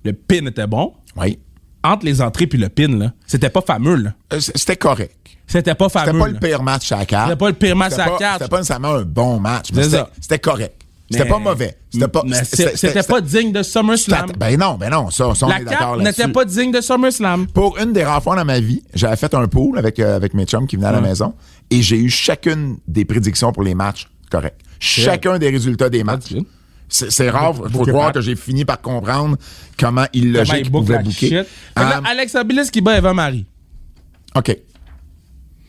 Le pin était bon. Oui. Entre les entrées puis le pin, là, c'était pas fameux, là. Euh, c- C'était correct. C'était pas fameux. C'était pas le là. pire match à la carte. Ah, C'était pas le pire match C'était à la pas- carte. C'était pas nécessairement un bon match, mais C'est c'était- ça. c'était correct. C'était Mais- pas mauvais. C'était pas. mais c'est- C'était pas digne de SummerSlam. c'était- Ben non, ben non, ça, ça, on La est d'accord carte là-dessus. n'était pas digne de SummerSlam. Pour une des rares fois dans ma vie, j'avais fait un pool avec, euh, avec mes chums qui venaient à la maison et j'ai eu chacune des prédictions pour les matchs corrects. Chacun des résultats des matchs. good. C'est c'est rare, faut Booker croire Pat. que j'ai fini par comprendre comment illogique Mike ils Book, pouvaient la booker. shit. Fait que là, Euh, Alexa Bliss qui bat Eva Marie. OK.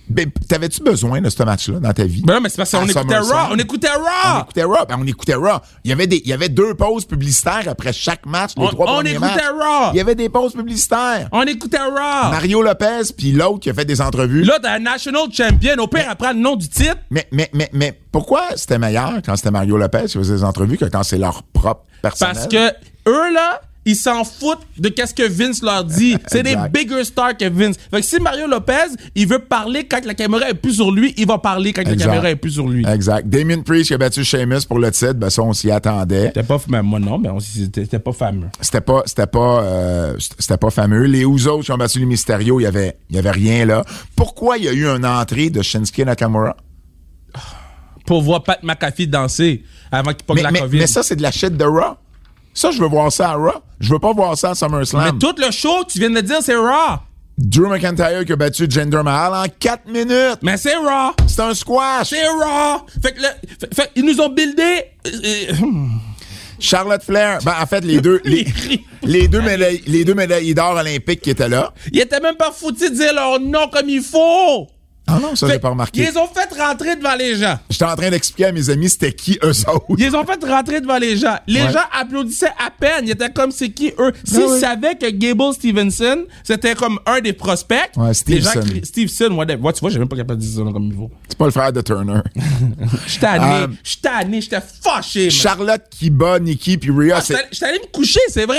Ben, T'avais-tu besoin de ce match-là dans ta vie? Ben non, mais c'est parce À qu'on écoutait SummerSlam? Raw. On écoutait Ah, On Raw. écoutait Raw. Ben, on écoutait Raw. Il y avait des, il y avait deux pauses publicitaires après chaque match, les On- trois on premiers écoutait matchs. Raw. Il y avait des pauses publicitaires. On écoutait Raw. Mario Lopez, puis l'autre qui a fait des entrevues. Là, t'as un national champion. Au pire, apprend le nom du titre. Mais, mais, mais, mais pourquoi c'était meilleur quand c'était Mario Lopez qui faisait des entrevues que quand c'est leur propre personnel? Parce que eux, là, ils s'en foutent de qu'est-ce que Vince leur dit. C'est des Exact. bigger stars que Vince. Fait que si Mario Lopez, il veut parler quand la caméra est plus sur lui, il va parler quand la Exact. caméra est plus sur lui. Exact. Damien Priest qui a battu Sheamus pour le titre, ben ça, on s'y attendait. C'était pas fameux. Moi, non, mais on- c'était c'était pas fameux. C'était pas, c'était pas, euh, c'était pas fameux. Les Usos qui ont battu les Mysterio, il y avait, il y avait rien là. Pourquoi il y a eu une entrée de Shinsuke Nakamura? Pour voir Pat McAfee danser avant qu'il pogne Mais, la mais- COVID. mais ça, c'est de la shit de Raw. Ça, je veux voir ça à Raw. Je veux pas voir ça à SummerSlam. Mais tout le show, tu viens de le dire, c'est Raw. Drew McIntyre qui a battu Jinder Mahal en 4 minutes. Mais c'est Raw. C'est un squash. C'est Raw. Fait que le- fait- fait- ils nous ont buildé. euh, euh, Charlotte Flair. Ben, en fait, les deux, les, les deux médailles, les deux médailles d'or olympiques qui étaient là. ils étaient même pas foutus de dire leur nom comme il faut. Ah non, ça, j'ai pas remarqué. Ils les ont fait rentrer devant les gens. J'étais en train d'expliquer à mes amis c'était qui eux autres. Ils les ont fait rentrer devant les gens. Les Ouais. Ben gens applaudissaient à peine. Ils étaient comme c'est qui eux. S'ils ouais. savaient que Gable Stevenson, c'était comme un des prospects. Ouais, les gens Stevenson. crient- Stevenson, whatever. Ouais, tu vois, j'ai même pas capable de dire son nom comme il faut. C'est pas le frère de Turner. J'étais tanné. Euh, J'étais tanné. J'étais fâché. man. Charlotte qui bat Nikki puis Rhea. c'est- J'étais j'étais allé me coucher, c'est vrai.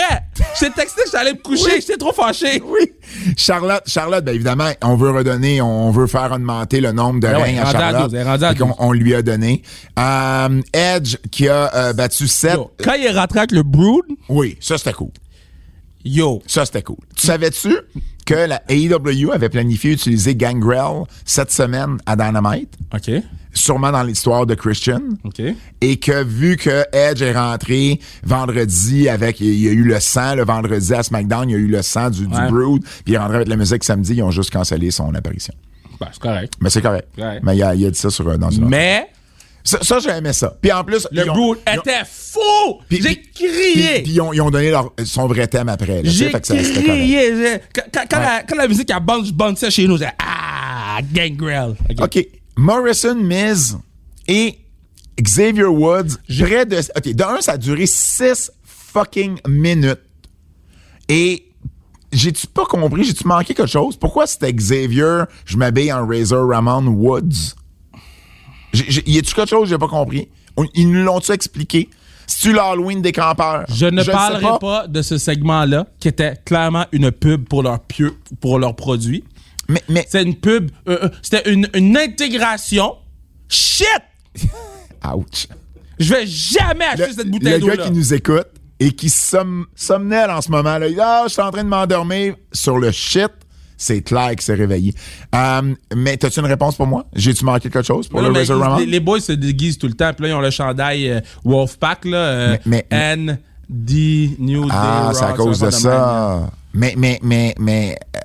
J'étais texté, j'étais allé me coucher. J'étais trop fâché. Oui. Charlotte, Charlotte, bien évidemment, on veut redonner, on veut faire augmenter le nombre de Ben ouais, règnes à rendu à Charlotte. 12, elle est rendue à Fait qu'on- 12. on, lui a donné. Euh, Edge qui a euh, battu 7. Yo, Quand il est rentré avec le Brood, Oui, ça c'était cool. yo, Ça c'était cool. Tu savais-tu que la AEW avait planifié utiliser Gangrel cette semaine à Dynamite, OK. sûrement dans l'histoire de Christian? OK. Et que vu que Edge est rentré vendredi avec, il y a eu le sang le vendredi à SmackDown, il y a eu le sang du, du Ouais. Brood, puis il est rentré avec la musique samedi, ils ont juste cancellé son apparition. Bah, c'est correct. Mais c'est correct. Ouais. Mais il a, il a dit ça sur, euh, dans une autre. Mais Ça, ça j'ai aimé ça. Puis en plus, le ils ont- Brood ils ont- était fou! puis- J'ai puis- Puis, crié! puis ils, ont, ils ont donné leur, son vrai thème après. là, tu sais, J'ai fait que ça- c'était correct. crié! j'ai- Quand, quand- quand la, quand la musique a bounce, je bounçais chez nous. j'ai- Ah, gangrel! OK. OK. Morrison, Miz et Xavier Woods, près de. OK. De un, ça a duré six fucking minutes. Et j'ai-tu pas compris, j'ai-tu manqué quelque chose? Pourquoi c'était Xavier, je m'habille en Razor Ramon Woods? J'ai- j'ai- Y a-tu quelque chose que j'ai pas compris? On- Ils nous l'ont-tu expliqué? C'est-tu l'Halloween des campeurs? Je ne le sais parlerai pas. de ce segment-là, qui était clairement une pub pour leur pieux, pour leurs produits. Mais, mais, C'était une pub, euh, euh, c'était une, une intégration. Shit! ouch. Je vais jamais acheter cette bouteille le gars d'eau-là. qui nous écoute et qui som- somnole en ce moment, là, il dit, ah, je suis en train de m'endormir sur le shit. C'est clair qu'il s'est réveillé. Euh, mais t'as-tu une réponse pour moi? J'ai-tu manqué quelque chose pour Non, le mais Razor ils- Ramon? ben, les, les boys se déguisent tout le temps. Puis là, ils ont le chandail euh, Wolfpack, là. euh, Mais- mais- ND New Ah, Day c'est à Raw, cause de affaire même, là. ça. Mais, mais, mais, mais... euh,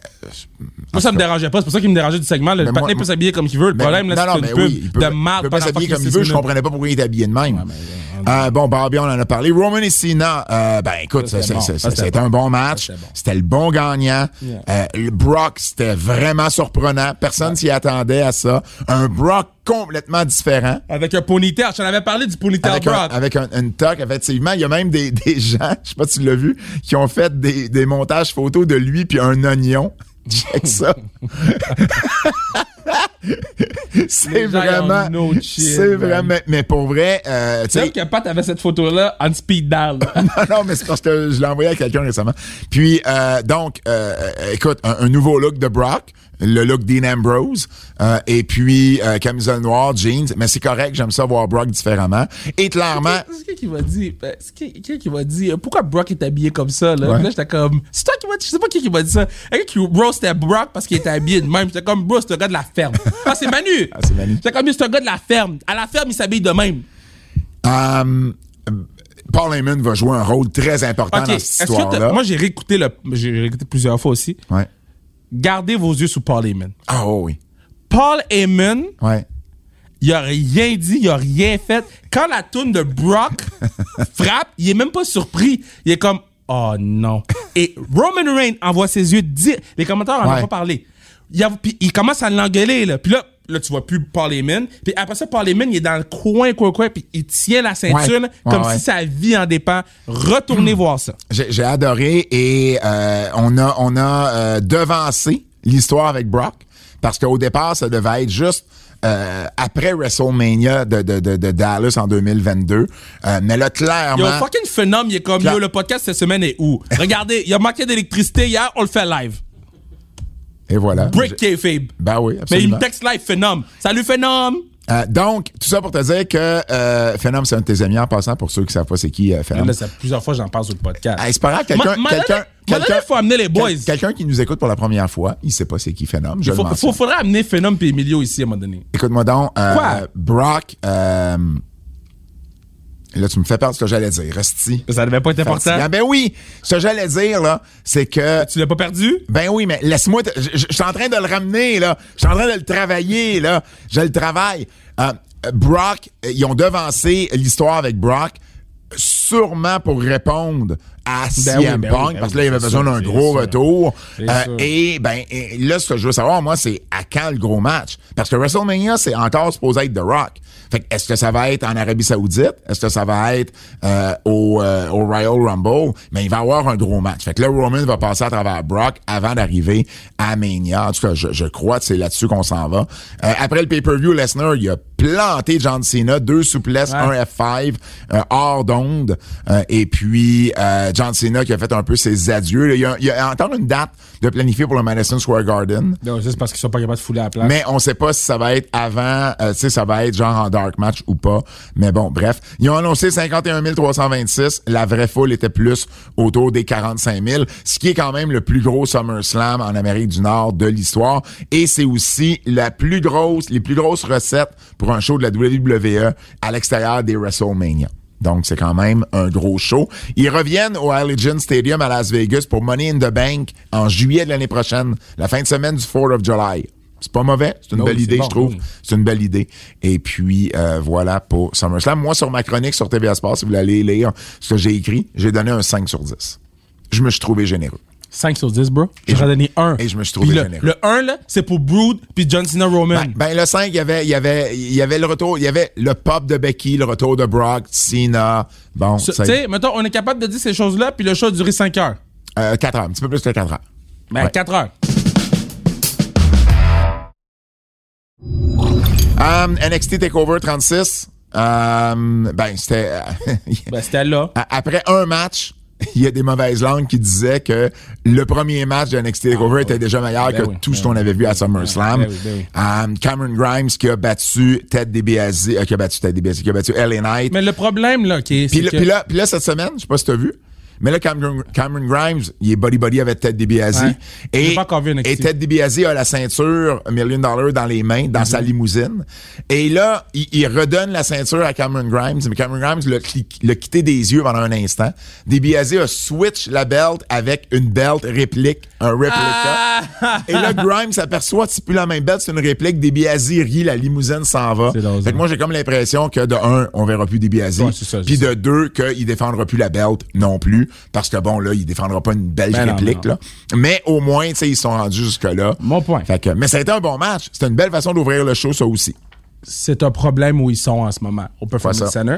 Moi, ça me dérangeait pas. C'est pour ça qu'il me dérangeait du segment. là. Le Mais moi- patin peut s'habiller comme il veut. Le mais- problème, là, c'est une mais oui, il pub peut- de il mal peut pas s'habiller comme il veut. Je comprenais pas pourquoi il était habillé de même. Euh, bon, Barbie, on en a parlé. Roman et Cena, euh, ben écoute, ça, Ça, ça, c'était bon. ça, Ça, ça, c'était c'était bon. un bon match. Ça, c'était bon. C'était le bon gagnant. Yeah. Euh, le Brock, c'était vraiment surprenant. Personne s'y attendait à ça. Un Brock complètement différent. Avec un ponytail. J'en avais parlé du ponytail Avec, un, euh, Brock. avec un, une toque, effectivement. Il y a même des, des gens, je sais pas si tu l'as vu, qui ont fait des, des montages photos de lui puis un oignon. Check ça. c'est Les gens, ils ont vraiment. no chill, c'est man. vraiment. Mais pour vrai, euh, tu C'est vrai sais. que Pat avait cette photo-là en speed down. non, non, mais c'est parce que je l'ai envoyé à quelqu'un récemment. Puis, euh, donc, euh, euh, écoute, un, un nouveau look de Brock, le look Dean Ambrose, euh, et puis euh, camisole noire, jeans. Mais c'est correct, j'aime ça voir Brock différemment. Et clairement, C'est qui qui m'a dit, euh, c'est qui- qui qui m'a dit, euh, pourquoi Brock est habillé comme ça, là? Ouais. Puis Là, j'étais comme, c'est toi qui m'a dit, je sais pas qui qui m'a dit ça. Un gars qui, bro, c'était Brock parce qu'il était habillé de même. J'étais comme, bro, c'est un gars de la ferme. Ah, c'est Manu! Ah, c'est Manu. J'étais comme, c'est un gars de la ferme. À la ferme, il s'habille de même. Um, Paul Heyman va jouer un rôle très important Ok. dans Est-ce cette que t'as- histoire-là. moi, j'ai réécouté le, j'ai réécouté plusieurs fois aussi. Ouais. Gardez vos yeux sur Paul Heyman. Ah oh, oui. Paul Heyman, Ouais. il a rien dit, il a rien fait. Quand la toune de Brock frappe, il est même pas surpris. Il est comme oh non. Et Roman Reigns envoie ses yeux dire les commentaires en ont Ouais. pas parlé. il, a- puis il commence à l'engueuler, là. Puis là, là, tu vois plus Paul Heyman. Puis après ça, Paul Heyman, il est dans le coin, coin, coin, puis il tient la ceinture, Ouais. là, comme Ouais, Hmm. ouais. si sa vie en dépend. Retournez voir ça. J'ai j'ai adoré et euh, on a, on a euh, devancé l'histoire avec Brock parce qu'au départ, ça devait être juste euh, après WrestleMania de, de, de, de Dallas en 2022. Euh, mais là, Yo, clairement... fucking phénomène, il est comme, Claire- yo, le podcast cette semaine est où? Regardez, il a manqué d'électricité hier, on le fait live. Et voilà. Break J'ai- kayfabe. Ben oui, Mais il absolument. me texte live, phénomène. Salut, phénomène! Euh, donc, tout ça pour te dire que euh, Phenom, c'est un de tes amis en passant, pour ceux qui savent pas c'est qui euh, Phenom. Là, ça, plusieurs fois, j'en parle sur le podcast. Hey, c'est pas grave, quelqu'un. Ma- ma- quelqu'un- ma- quelqu'un- ma- faut amener les boys. quel- quelqu'un qui nous écoute pour la première fois, il sait pas c'est qui Phenom. Je Il le faut, mentionne. faut- faudrait amener Phenom et Emilio ici à un moment donné. Écoute-moi donc. euh, Quoi? Brock. euh, là, tu me fais perdre ce que j'allais dire. Resti. Ça devait pas être important. Ben oui, ce que j'allais dire, là, c'est que. Tu l'as pas perdu? Ben oui, mais laisse-moi. te- Je je- je suis en train de le ramener, là. Je suis en train de le travailler, là. Je le travaille. Euh, Brock, euh, ils ont devancé l'histoire avec Brock sûrement pour répondre à CM oui, ben oui, Punk, ben parce que là, oui, il avait c'est besoin sûr, d'un c'est gros sûr. retour. C'est Euh, sûr. et ben et là, ce que je veux savoir, moi, c'est à quand le gros match? Parce que WrestleMania, c'est encore supposé être The Rock. Fait que est-ce que ça va être en Arabie Saoudite? Est-ce que ça va être euh, au, euh, au Royal Rumble? Mais il va y avoir un gros match. Fait que là, Roman va passer à travers Brock avant d'arriver à Mania. En tout cas, je, je crois que c'est là-dessus qu'on s'en va. Euh, après le pay-per-view, Lesnar, il a planté John Cena, deux souplesses, Ouais. un F5 euh, hors d'onde. Euh, et puis, euh, John Cena qui a fait un peu ses adieux. là. Il, y a, il y a encore une date de planifier pour le Madison Square Garden. Non, c'est parce qu'ils sont pas capables de fouler à la place. Mais on sait pas si ça va être avant, euh, tu sais, ça va être genre en dark match ou pas. Mais bon, bref. Ils ont annoncé 51 326. La vraie foule était plus autour des 45 000, ce qui est quand même le plus gros SummerSlam en Amérique du Nord de l'histoire. Et c'est aussi la plus grosse, les plus grosses recettes pour un show de la WWE à l'extérieur des WrestleMania. Donc, c'est quand même un gros show. Ils reviennent au Allegiant Stadium à Las Vegas pour Money in the Bank en juillet de l'année prochaine, la fin de semaine du 4 of July. C'est pas mauvais, c'est une Non, belle c'est idée, bon, je trouve. oui. C'est une belle idée. Et puis, euh, voilà pour SummerSlam. Moi, sur ma chronique sur TVA Sports, si vous voulez aller lire ce que j'ai écrit, j'ai donné un 5 sur 10. Je me suis trouvé généreux. 5 sur 10, bro. Et J'aurais je- donné 1. et je me suis trouvé le, généreux. le 1, là, c'est pour Brood puis John Cena Roman. Ben, ben, le 5, il y avait, il y avait, il y avait le retour, il y avait le pop de Becky, le retour de Brock, Cena. Bon, tu ça- sais, mettons, on est capable de dire ces choses-là, puis le show a duré 5 heures. euh, 4 heures, un petit peu plus que 4 heures. Ben, Ouais. 4 heures. Um, NXT TakeOver 36. Um, ben, c'était. Ben, c'était là. A- Après un match, il y a des mauvaises langues qui disaient que le premier match de NXT TakeOver était déjà meilleur Ah, Ben que oui, tout ce ben qu'on avait vu à SummerSlam. ben oui, ben oui. Um, Cameron Grimes qui a battu Ted DiBiase, euh, qui a battu Ted DiBiase, qui a battu LA Knight. Mais le problème, là, qui est. Puis c'est là, que- puis là- puis là, cette semaine, je sais pas si t'as vu, mais là, Cameron, Cameron Grimes, il est buddy-buddy avec Ted DiBiase. Ouais. J'ai Et, pas encore vu NXT. et Ted DiBiase a la ceinture Million Dollar dans les mains, dans sa Mm-hmm. limousine. Et là, il, il redonne la ceinture à Cameron Grimes, mais Cameron Grimes l'a cli- l'a quitté des yeux pendant un instant. DiBiase a switch la belt avec une belt réplique, un réplica. Ah! Et là, Grimes s'aperçoit que c'est plus la même belt, c'est une réplique. DiBiase rit, la limousine s'en va. C'est drôle, Fait ça. que moi, j'ai comme l'impression que de un, on verra plus DiBiase. Ouais, c'est ça, c'est Puis ça. de deux, qu'il défendra plus la belt non plus. Parce que bon, là, il défendra pas une belle Ben non, réplique, non. là. Mais au moins, tu sais, ils sont rendus jusque-là. Mon point. Fait que, mais ça a été un bon match. C'était une belle façon d'ouvrir le show, ça aussi. C'est un problème où ils sont en ce moment. Au ça. Performance Center.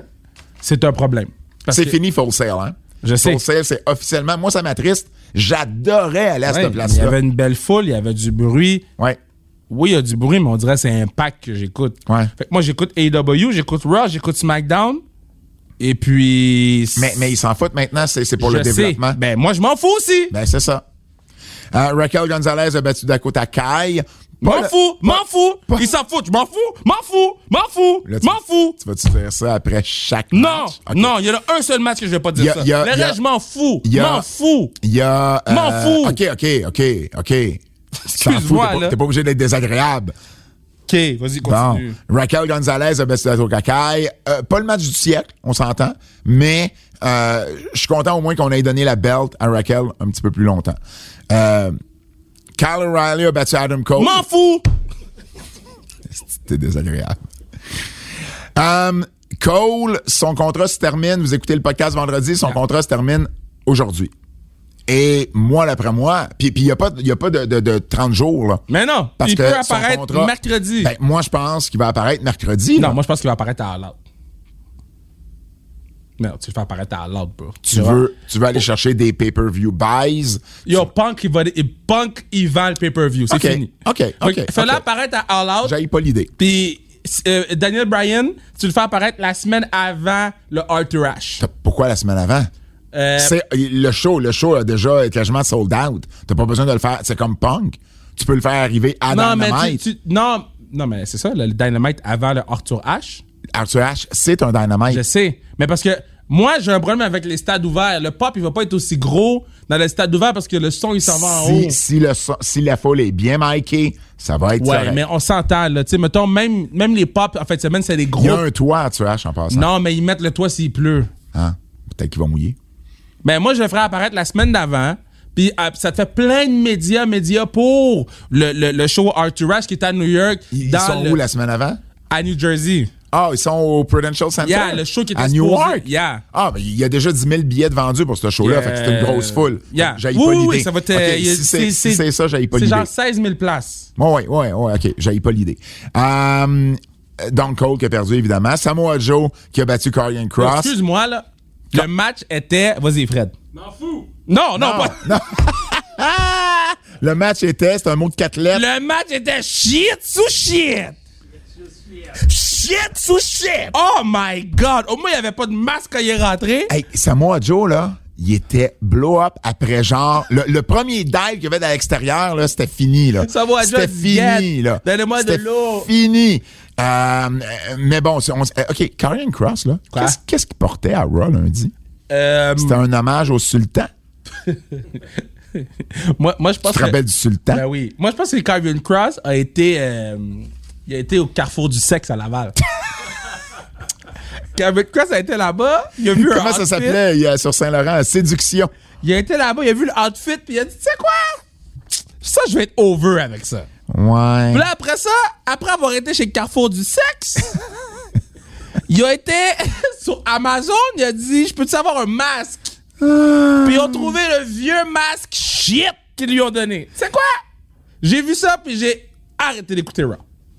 C'est un problème. Parce C'est que- fini Full Sail, hein? Je sais. Full Sail, c'est officiellement. Moi, ça m'attriste. J'adorais aller à Ouais, cette il y place-là. avait une belle foule, il y avait du bruit. Ouais. Oui, il y a du bruit, mais on dirait que c'est Impact que j'écoute. Ouais. Fait que moi, j'écoute AEW, j'écoute Raw, j'écoute SmackDown. Et puis. Mais, mais ils s'en foutent maintenant. C'est c'est pour je le sais. développement. Ben, moi, je m'en fous aussi. Ben, c'est ça. Euh, Raquel Gonzalez a battu Dakota Kai. Ben, Pas m'en le- fous, m'en fous. pas- Ils s'en foutent, je m'en fous, m'en fous, m'en fous, Là, tu- m'en fous. Tu vas-tu dire ça après chaque Non, match? Ok. non, il y a un seul match que je vais pas dire Y a- ça. y a- le y a- reste, je m'en fous, y a- m'en fous. Il y a... euh, M'en fous. OK, OK, OK, OK. Tu t'en fous, Excuse-moi, t'es pas- là. T'es pas obligé d'être désagréable. OK, vas-y, Bon, continue. Raquel Gonzalez euh, ben, a battu Dakota Kai. Euh, pas le match du siècle, on s'entend, mais euh, je suis content au moins qu'on ait donné la belt à Raquel un petit peu plus longtemps. Euh, Kyle O'Reilly a battu Adam Cole. M'en fous. C'était désagréable. Um, Cole, son contrat se termine. Vous écoutez le podcast vendredi. Son contrat se termine aujourd'hui. Et mois après mois, puis il n'y a pas, y a pas de, de, de 30 jours. Là, Mais non, parce il que peut son apparaître contrat- mercredi. Ben, moi, je pense qu'il va apparaître mercredi. là. non, moi, je pense qu'il va apparaître à Allard. Non, tu le fais apparaître à Allard, bro. tu, veux, tu veux aller chercher des pay-per-view buys. Yo, Punk, il, va, il- Punk, il vend le pay-per-view. C'est Ok, fini. ok, ok, Fait que Fais-le ok. apparaître à All Out. J'aille pas l'idée. Puis euh, Daniel Bryan, tu le fais apparaître la semaine avant le Arthur Ashe. T'as- Pourquoi la semaine avant? Euh, C'est le show, le show a déjà est quasiment sold out. T'as pas besoin de le faire. C'est comme punk. Tu peux le faire arriver à non, mais tu- Dynamite. tu, non, non, mais c'est ça, le Dynamite avant le Arthur Ashe. Arthur H, c'est un Dynamite. Je sais. Mais parce que moi, j'ai un problème avec les stades ouverts. Le pop, il va pas être aussi gros dans les stades ouverts parce que le son, il s'en va en haut. Si, si le so- si la foule est bien micée, ça va être Ouais, correct. mais on s'entend, là. Tu sais, mettons, même, même les pop, en fait, semaine, c'est des Il y a gros. un toit, Arthur H, en passant. Non, mais ils mettent le toit s'il pleut. Hein? Peut-être qu'il va mouiller. Ben, moi, je le ferai apparaître la semaine d'avant. Puis ah, ça te fait plein de médias, médias pour le, le, le show Arthur Ashe qui est à New York, Ils, ils dans sont le- où la semaine avant? à New Jersey. Ah, ils sont au Prudential Center? Yeah, le show qui était À New supposé- York? yeah. Ah, mais il y a déjà 10 000 billets de vendus pour ce show-là, Euh, fait que c'est une grosse foule. Yeah. J'aille Oui, pas oui, l'idée. oui, ça va te- Ok, il y a- si c'est si c'est ça, j'aille pas C'est l'idée. genre 16 000 places. Ouais, ouais, ouais, ouais, ok, j'ai pas l'idée. Euh, Don Cole qui a perdu, évidemment. Samoa Joe qui a battu Karrion Cross. Excuse-moi, là. Le match était. Vas-y, Fred. M'en fous. Non, non, pas. Le match était, c'est un mot de quatre lettres. Le match était shit sous shit. Shit sous shit! Oh my god. Au moins, il n'y avait pas de masque quand il est rentré. Hey, Samoa Joe, là, il était blow-up après genre. Le, le premier dive qu'il y avait dans l'extérieur, là, c'était fini, là. Samoa Joe C'était dit, Get, fini, là. donnez-moi de C'était l'eau. fini. Euh, mais bon, c'est- on- euh, OK, Karrion Cross, là, Quoi? qu'est-ce qu'est-ce qu'il portait à Raw lundi? Euh, C'était un hommage au sultan. moi, moi, je pense Tu te que. rappelles du sultan? Ben oui. Moi, je pense que Carvion Cross a été. euh, il a été au carrefour du sexe à Laval. Carvion Cross a été là-bas. Il a vu un Comment ça outfit. s'appelait il y a- sur Saint-Laurent? Séduction. Il a été là-bas, il a vu l'outfit, puis il a dit Tu sais quoi Ça, je vais être over avec ça. Ouais. Puis là, après ça, après avoir été chez Carrefour du sexe, il a été sur Amazon, il a dit Je peux-tu avoir un masque Puis ils ont trouvé le vieux masque shit qu'ils lui ont donné. C'est quoi J'ai vu ça, puis j'ai arrêté d'écouter Raw.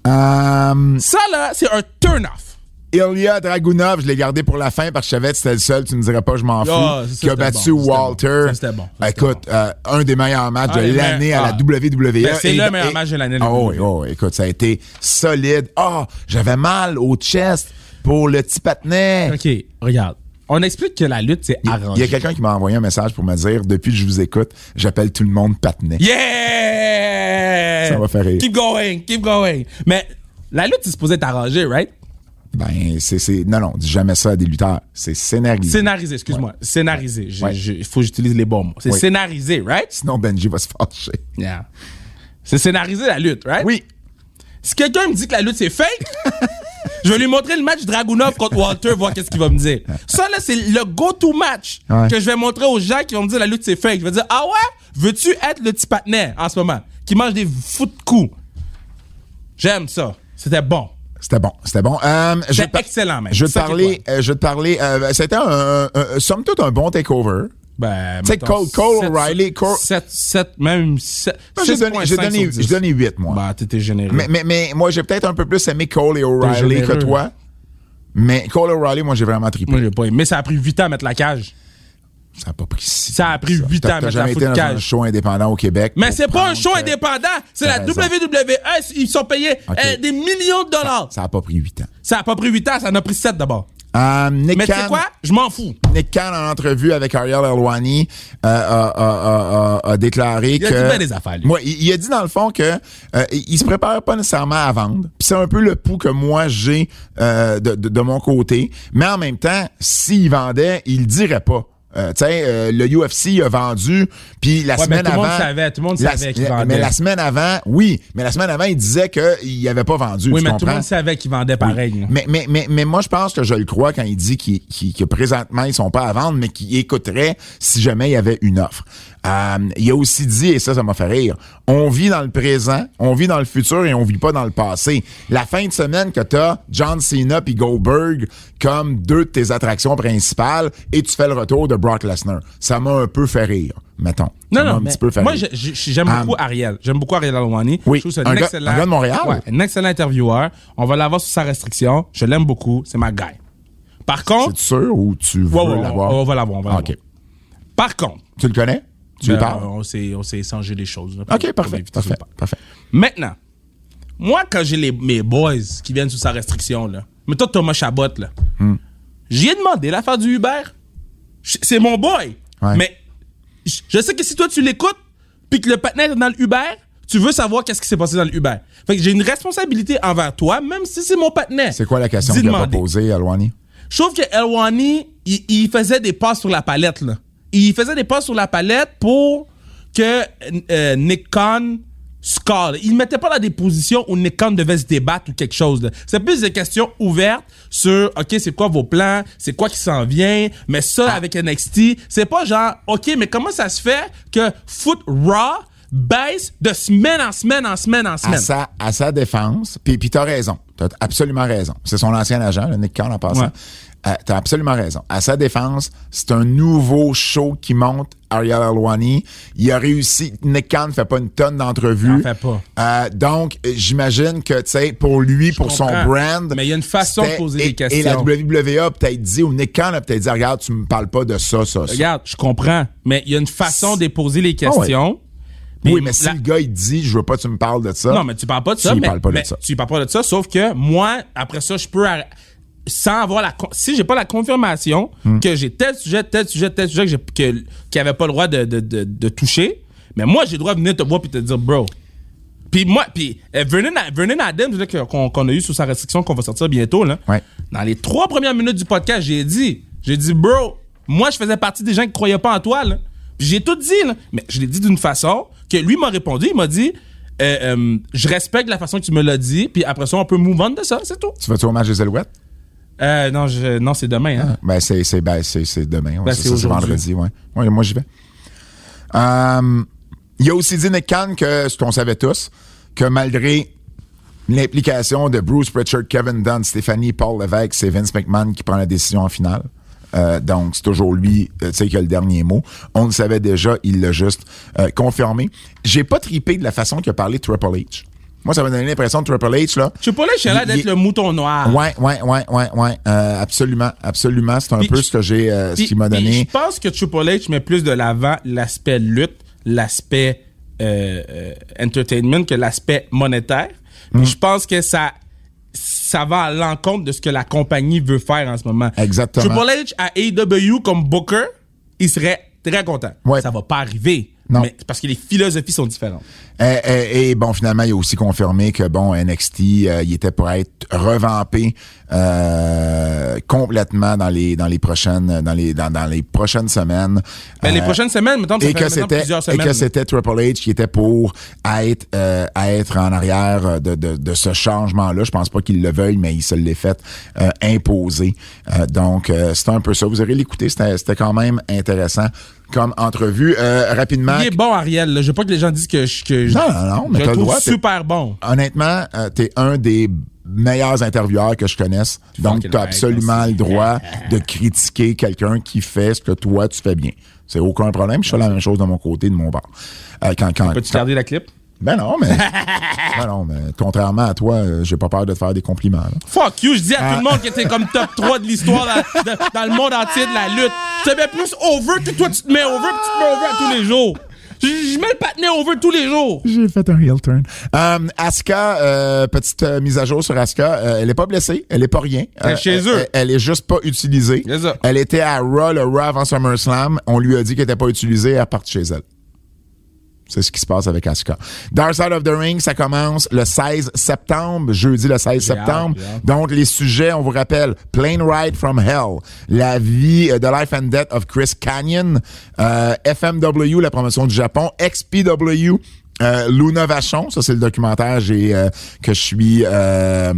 Euh, Ça, là, c'est un turn-off. Ilya Dragunov, je l'ai gardé pour la fin parce que je savais que c'était le seul, tu me dirais pas, je m'en Ah, ça, fous, qui a c'était battu bon, c'était Walter. bon, ça, c'était bon, ça, c'était écoute, euh, un des meilleurs matchs Ah, de les meilleurs- l'année à la ah. WWE. Ben, c'est Et- le E. meilleur et- match de l'année, la Ah oui, WWE. oh, oui, écoute, ça a été solide. Ah, j'avais mal au chest pour le petit patinet. Ok, regarde. On explique que la lutte, c'est Il y a arrangé. quelqu'un qui m'a envoyé un message pour me dire, depuis que je vous écoute, j'appelle tout le monde patinet. Yeah! Ça va faire rire. Keep going, keep going. Mais la lutte, c'est supposé être arrangée, right? Ben, c'est, c'est, non, non, dis jamais ça à des lutteurs. C'est scénarisé. Scénarisé, excuse-moi. Scénarisé. J'ai- Ouais. j'ai- Il faut que j'utilise les bons mots. C'est Oui. scénarisé, right? Sinon, Benji va se fâcher. Yeah. C'est scénarisé la lutte, right? Oui. Si quelqu'un me dit que la lutte c'est fake, je vais lui montrer le match Dragunov contre Walter, voir qu'est-ce qu'il va me dire. Ça là, c'est le go-to match Ouais. que je vais montrer aux gens qui vont me dire la lutte c'est fake. Je vais dire ah ouais, veux-tu être le petit patinet en ce moment qui mange des fous de coups. J'aime ça. C'était bon. C'était bon, c'était bon. Euh, je C'était vais te par- excellent, même. Je vais te C'est ça qui est parler, euh, je vais te parler, euh, c'était un, un- un- somme toute un bon takeover. Ben, Tu sais, mettons, Cole- Cole sept- O'Reilly, Cole- sept- sept, même sept- Moi, J'ai donné, j'ai 6.5 donné, sur dix. j'ai donné 8, moi. Ben, t'étais généreux. mais, mais, mais moi, j'ai peut-être un peu plus aimé Cole et O'Reilly que généreux. toi. Mais Cole O'Reilly, moi, j'ai vraiment trippé. Moi, j'ai pas aimé. Mais ça a pris 8 ans à mettre la cage. Ça n'a pas pris si Ça a pris 8 ans T'as à t'as mettre la jamais foot été de dans un cage. show indépendant au Québec. Mais pour c'est pas un prendre show que- indépendant, c'est T'as la raison. WWE, ils sont payés Ok. euh, des millions de dollars. Ça n'a pas pris 8 ans. Ça a pas pris 8 ans, ça en a pris 7 d'abord. Euh, Nick Mais tu sais Khan- quoi? Je m'en fous. Nick Khan, en entrevue avec Ariel Erwani, euh, a, a- a- a- a déclaré a que... dit bien des affaires, lui. Ouais, il, il a dit, dans le fond, que euh, il il se prépare pas nécessairement à vendre. Puis c'est un peu le pouls que moi, j'ai euh, de, de- de mon côté. Mais en même temps, s'il vendait, il le dirait pas. Euh, tu sais, euh, le UFC a vendu, puis la Ouais, mais semaine tout le monde avant... savait, tout le monde la- savait qu'il la- vendait. Mais la semaine avant, oui, mais la semaine avant, il disait qu'il avait pas vendu, Oui, tu mais tout le comprends? monde savait qu'ils vendaient pareil. là. Mais, mais, mais, mais moi, je pense que je le crois quand il dit qu'il- qu'il- que présentement, ils sont pas à vendre, mais qu'ils écouteraient si jamais il y avait une offre. Euh, il a aussi dit, et ça, ça m'a fait rire, on vit dans le présent, on vit dans le futur et on vit pas dans le passé. La fin de semaine que tu as John Cena puis Goldberg comme deux de tes attractions principales et tu fais le retour de Brock Lesnar. Ça m'a un peu fait rire, mettons. Ça Non, m'a non, un mais petit peu fait moi, rire. je- je- j'aime beaucoup Ariel. J'aime beaucoup Ariel Alwani. Oui, Je trouve que c'est un gars- un gars de Montréal. Ouais, un excellent intervieweur. On va l'avoir sous sa restriction. Je l'aime beaucoup. C'est ma guy. Par contre, C'est sûr ou tu veux Ouais, ouais, l'avoir? on- on va l'avoir, on va Ah, l'avoir. OK. par contre, Tu le connais? Tu lui euh, parles? on s'est on s'est échangé des choses. là, pour- OK, pour parfait. éviter de Parfait. le Parfait. Maintenant, moi, quand j'ai les, mes boys qui viennent sous sa restriction, là, mais toi, Thomas Chabot, là, Hmm. j'y ai demandé l'affaire du Uber. J- C'est mon boy. Ouais. Mais j- je sais que si toi, tu l'écoutes, puis que le partenaire est dans le Uber, tu veux savoir qu'est-ce qui s'est passé dans le Uber. Fait que j'ai une responsabilité envers toi, même si c'est mon partenaire. C'est quoi la question D'y qu'il a demander. posée, Alwani? Je trouve que Elwani, il, il faisait des passes sur la palette, là. Il faisait des passes sur la palette pour que euh, Nick Khan score. Il ne mettait pas dans des positions où Nick Khan devait se débattre ou quelque chose. là. C'est plus des questions ouvertes sur, OK, c'est quoi vos plans? C'est quoi qui s'en vient? Mais ça, Ah. avec NXT, c'est pas genre, OK, mais comment ça se fait que Foot Raw baisse de semaine en semaine en semaine en à semaine? sa, à sa défense, puis puis t'as raison, t'as absolument raison. C'est son ancien agent, le Nick Khan en passant. Ouais. Euh, t'as absolument raison. À sa défense, c'est un nouveau show qui monte, Ariel Alwani. Il a réussi, Nick Khan ne fait pas une tonne d'entrevues. Il en fait pas. Euh, donc, euh, j'imagine que, tu sais, pour lui, pour comprends. son brand... Mais il y a une façon de c'était- poser et- des Et la questions. WWE a peut-être dit, ou Nick Khan a peut-être dit, regarde, tu me parles pas de ça, ça, ça. Regarde, je comprends, mais il y a une façon de poser les Ah ouais. questions. oui, mais si la- le gars, il dit, je veux pas que tu me parles de ça... Non, mais tu parles pas de ça. Tu y mais, parles pas de mais ça. Tu y parles pas de ça, sauf que moi, après ça, je peux. arr- Sans avoir la. con- Si j'ai pas la confirmation Hmm. que j'ai tel sujet, tel sujet, tel sujet que j'ai- que- qu'il n'y avait pas le droit de, de, de, de toucher, mais moi, j'ai le droit de venir te voir puis te dire, bro. Puis moi, puis euh, Vernon, Vernon Adams, là, que- qu'on qu'on a eu sous sa restriction, qu'on va sortir bientôt, là. Ouais. Dans les trois premières minutes du podcast, j'ai dit, j'ai dit, bro, moi, je faisais partie des gens qui croyaient pas en toi, là. Puis j'ai tout dit, là. Mais je l'ai dit d'une façon que lui m'a répondu, il m'a dit, euh, euh, je respecte la façon que tu me l'as dit, puis après ça, on peut move on de ça, c'est tout. Tu vas-tu au match des Alouettes? Euh, non, je- non, c'est demain, hein. Ben, c'est, c'est, ben, c'est, c'est demain. ouais. Ben, Ça, ça, c'est c'est aujourd'hui. vendredi, ouais. Ouais, moi, j'y vais. Euh, il a aussi dit, Nick Khan, que ce qu'on savait tous, que malgré l'implication de Bruce Pritchard, Kevin Dunn, Stéphanie, Paul Levesque, c'est Vince McMahon qui prend la décision en finale. Euh, donc, c'est toujours lui euh, tu sais, qui a le dernier mot. On le savait déjà, il l'a juste euh, confirmé. J'ai pas tripé de la façon qu'il a parlé de Triple H. Moi, ça m'a donné l'impression de Triple H, là. Je sais pas là, j'ai l'air Il- d'être il- le mouton noir. Ouais, ouais, ouais, ouais, ouais. Euh, absolument, absolument. C'est un Puis- peu ce que j'ai, euh, ce Puis- qui m'a puis donné. Je pense que Triple H met plus de l'avant l'aspect lutte, l'aspect euh, euh, entertainment que l'aspect monétaire. Puis Hmm. je pense que ça ça va à l'encontre de ce que la compagnie veut faire en ce moment. Exactement. Triple H à AEW comme Booker, il serait très content. Ouais. Ça va pas arriver. Non. Mais c'est parce que les philosophies sont différentes. Euh, euh, Et, bon, finalement, il a aussi confirmé que bon, NXT, euh, il était pour être revampé euh, complètement dans les dans les prochaines dans les dans, dans les prochaines semaines. Mais Ben, les Euh, prochaines semaines, mettons, ça et fait que maintenant c'était plusieurs et semaines. que c'était Triple H qui était pour être euh, être en arrière euh, de, de, de ce changement là je pense pas qu'il le veuille mais il se l'est fait euh, imposer Euh, donc euh, c'était un peu ça vous aurez l'écouté c'était c'était quand même intéressant comme entrevue Euh, rapidement il est bon, Ariel. là. Je veux pas que les gens disent que je, que je- Non, non, non, mais je t'as le trouve droit, t'es- super bon. honnêtement euh, t'es un des meilleurs intervieweurs que je connaisse donc fucking t'as right, absolument merci. le droit de critiquer quelqu'un qui fait ce que toi tu fais bien c'est aucun problème je fais la même chose de mon côté de mon bord Euh, quand, quand, Peux-tu quand- garder la clip? Ben non, mais. ben non, mais contrairement à toi, euh, j'ai pas peur de te faire des compliments. là. Fuck you, je dis à tout le monde que t'es comme top 3 de l'histoire dans, de- dans le monde entier de la lutte. Tu te mets plus over que toi, tu te mets over que tu te mets over à tous les jours. Je, je mets le patinet over tous les jours. J'ai fait un heel turn. Euh, Asuka, euh, petite euh, mise à jour sur Asuka. euh, elle est pas blessée, elle est pas rien. Elle est Euh, chez elle, eux. Elle, elle est juste pas utilisée. C'est ça. Elle était à Raw, le Raw avant SummerSlam. On lui a dit qu'elle était pas utilisée, elle est repartie chez elle. C'est ce qui se passe avec Asuka. Dark Side of the Ring, ça commence le 16 septembre, jeudi le 16 hâte, septembre. j'ai hâte. Donc, les sujets, on vous rappelle, Plane Ride from Hell, la vie de Life and Death of Chris Canyon, euh, FMW, la promotion du Japon, XPW, euh, Luna Vachon, ça c'est le documentaire j'ai, euh, que je suis... euh,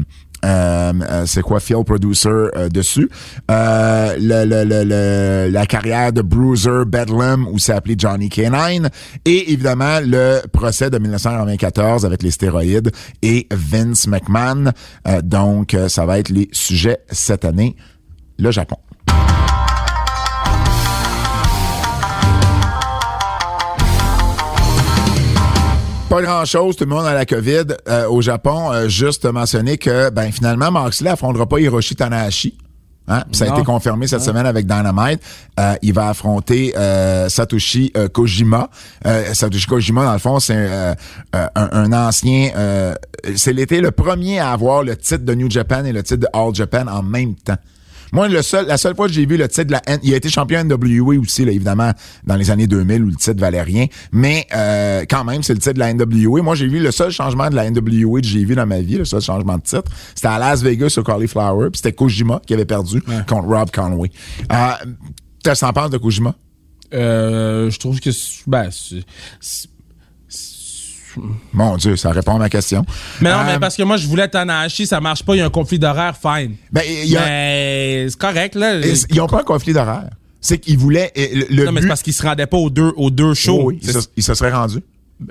euh, euh, c'est quoi Phil Producer euh, dessus. Euh, le- le- le- le- la carrière de Bruiser Bedlam, où c'est appelé Johnny Canine. Et évidemment, le procès de 1994 avec les stéroïdes et Vince McMahon. Euh, donc, euh, ça va être les sujets cette année, le Japon. pas grand-chose, tout le monde a la COVID euh, au Japon. Euh, juste mentionner que ben finalement, Moxley affrontera pas Hiroshi Tanahashi. Hein? Puis Ça a Non. été confirmé cette semaine avec Dynamite. Euh, il va affronter euh, Satoshi euh, Kojima. Euh, Satoshi Kojima, dans le fond, c'est euh, euh, un, un ancien... euh, c'est l'été le premier à avoir le titre de New Japan et le titre de All Japan en même temps. Moi, le seul, la seule fois que j'ai vu le titre de la N, il a été champion NWA aussi, là, évidemment, dans les années 2000 où le titre valait rien. Mais euh, quand même, c'est le titre de la NWA. Moi, j'ai vu le seul changement de la NWA que j'ai vu dans ma vie, le seul changement de titre, c'était à Las Vegas au Cauliflower, puis c'était Kojima qui avait perdu contre Rob Conway. Euh, T'as s'en penses de Kojima? Euh, je trouve que c'est- ben, c'est- c'est- Mon Dieu, ça répond à ma question. mais non, mais Euh, parce que moi je voulais Tanahashi, ça marche pas, il y a un conflit d'horaire, fine. ben, il y a- Mais c'est correct là. ils- ils ont pas un conflit d'horaire. C'est qu'ils voulaient... et Le, le Non, mais but- c'est parce qu'il se rendait pas aux deux aux deux shows. Oui, ils C'est- se- ils se seraient rendus.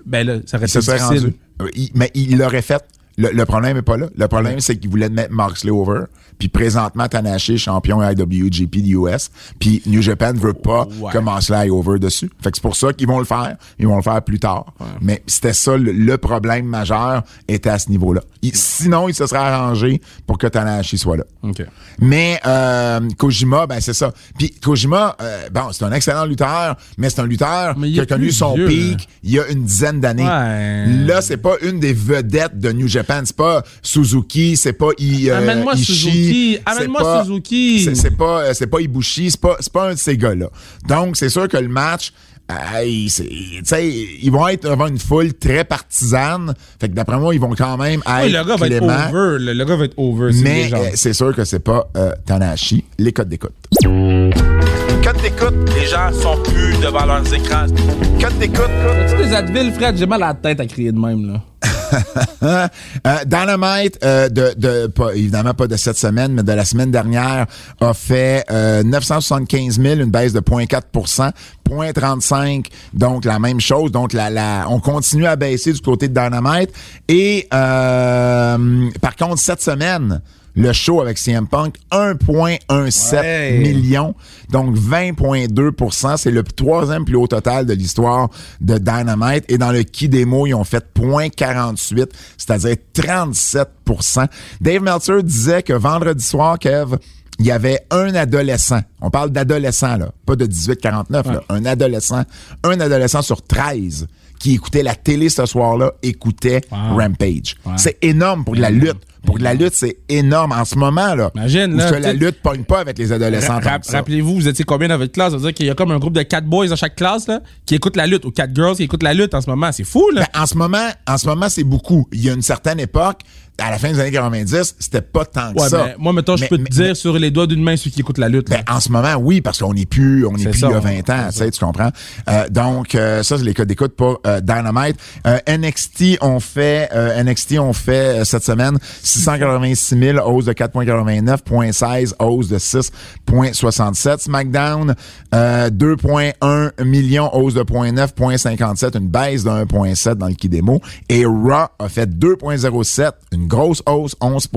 ben là, ça Il se reste serait difficile. rendu. Euh, il- mais il l'aurait fait. Le, le problème n'est pas là. Le problème, c'est qu'il voulait mettre Moxley over. Puis présentement, Tanahashi est champion IWGP de US. Puis New Japan ne veut pas Oh, Ouais. que Moxley aille over dessus. Fait que c'est pour ça qu'ils vont le faire. Ils vont le faire plus tard. Mais c'était ça, le, le problème majeur était à ce niveau-là. Il- sinon, il se serait arrangé pour que Tanahashi soit là. OK. Mais euh, Kojima, ben c'est ça. Puis Kojima, euh, bon, c'est un excellent lutteur, mais c'est un lutteur Mais il qui a est plus connu son vieux, pic hein. il y a une dizaine d'années. Ouais. Là, c'est pas une des vedettes de New Japan. C'est pas Suzuki, c'est pas I, euh, Amène-moi Ishii, Suzuki. c'est Amène-moi pas- Suzuki. c'est- C'est pas, euh, c'est pas Ibushi, c'est pas, c'est pas un de ces gars-là. Donc, c'est sûr que le match, euh, il- c'est- tu sais, ils vont être devant une foule très partisane. Fait que d'après moi, ils vont quand même être Oui, le gars va être cléments. over. Le, le gars va être over. c'est une Mais légende. euh, c'est sûr que c'est pas euh, Tanahashi. Les codes d'écoute. Quand t'écoutes, les gens sont plus devant leurs écrans. Quand t'écoutes, As-tu des Advil, Fred? J'ai mal à la tête à crier de même, là. Hein? Euh, Dynamite, euh, de, de, pas- évidemment pas de cette semaine, mais de la semaine dernière, a fait euh, 975 000, une baisse de 0,4 0,35 donc la même chose. Donc, la, la, on continue à baisser du côté de Dynamite. Et euh, par contre, cette semaine, le show avec CM Punk, 1,17 Ouais. millions, donc 20,2 C'est le troisième plus haut total de l'histoire de Dynamite. Et dans le qui démo, ils ont fait 0,48, c'est-à-dire 37 Dave Meltzer disait que vendredi soir, Kev, il y avait un adolescent. On parle d'adolescent, là. Pas de 18-49, là. Un adolescent. Un adolescent sur 13 qui écoutait la télé ce soir-là, écoutait Wow. Rampage. C'est énorme pour de la lutte. Pour de la lutte, c'est énorme en ce moment, là. Imagine, Où là, ce que la tout- lutte pogne pas avec les adolescents. Ra- tant rap- que ça. Rappelez-vous, vous étiez combien dans votre classe? Ça veut dire qu'il y a comme un groupe de quatre boys dans chaque classe là, qui écoutent la lutte, ou quatre girls qui écoutent la lutte en ce moment. C'est fou, là. Ben, en ce moment, en ce moment, c'est beaucoup. Il y a une certaine époque, à la fin des années 90, c'était pas tant que ouais, ça. ben, moi, mettons, je Mais- peux te mais- dire sur les doigts d'une main ceux qui écoutent la lutte. là. Ben, en ce moment, oui, parce qu'on n'est plus, on n'est C'est plus ça, il y a on- 20 ans, tu sais, tu comprends. Euh, donc, euh, ça, c'est les codes d'écoute pour euh, Dynamite. Euh, NXT, on fait, euh, NXT, on fait euh, cette semaine 686 000, hausse de 4,89, 0,16, hausse de 6,67. SmackDown, euh, 2,1 millions, hausse de 0,9, 0,57, une baisse de 1,7 dans le qui démo. Et Raw a fait 2,07, une grosse hausse, 11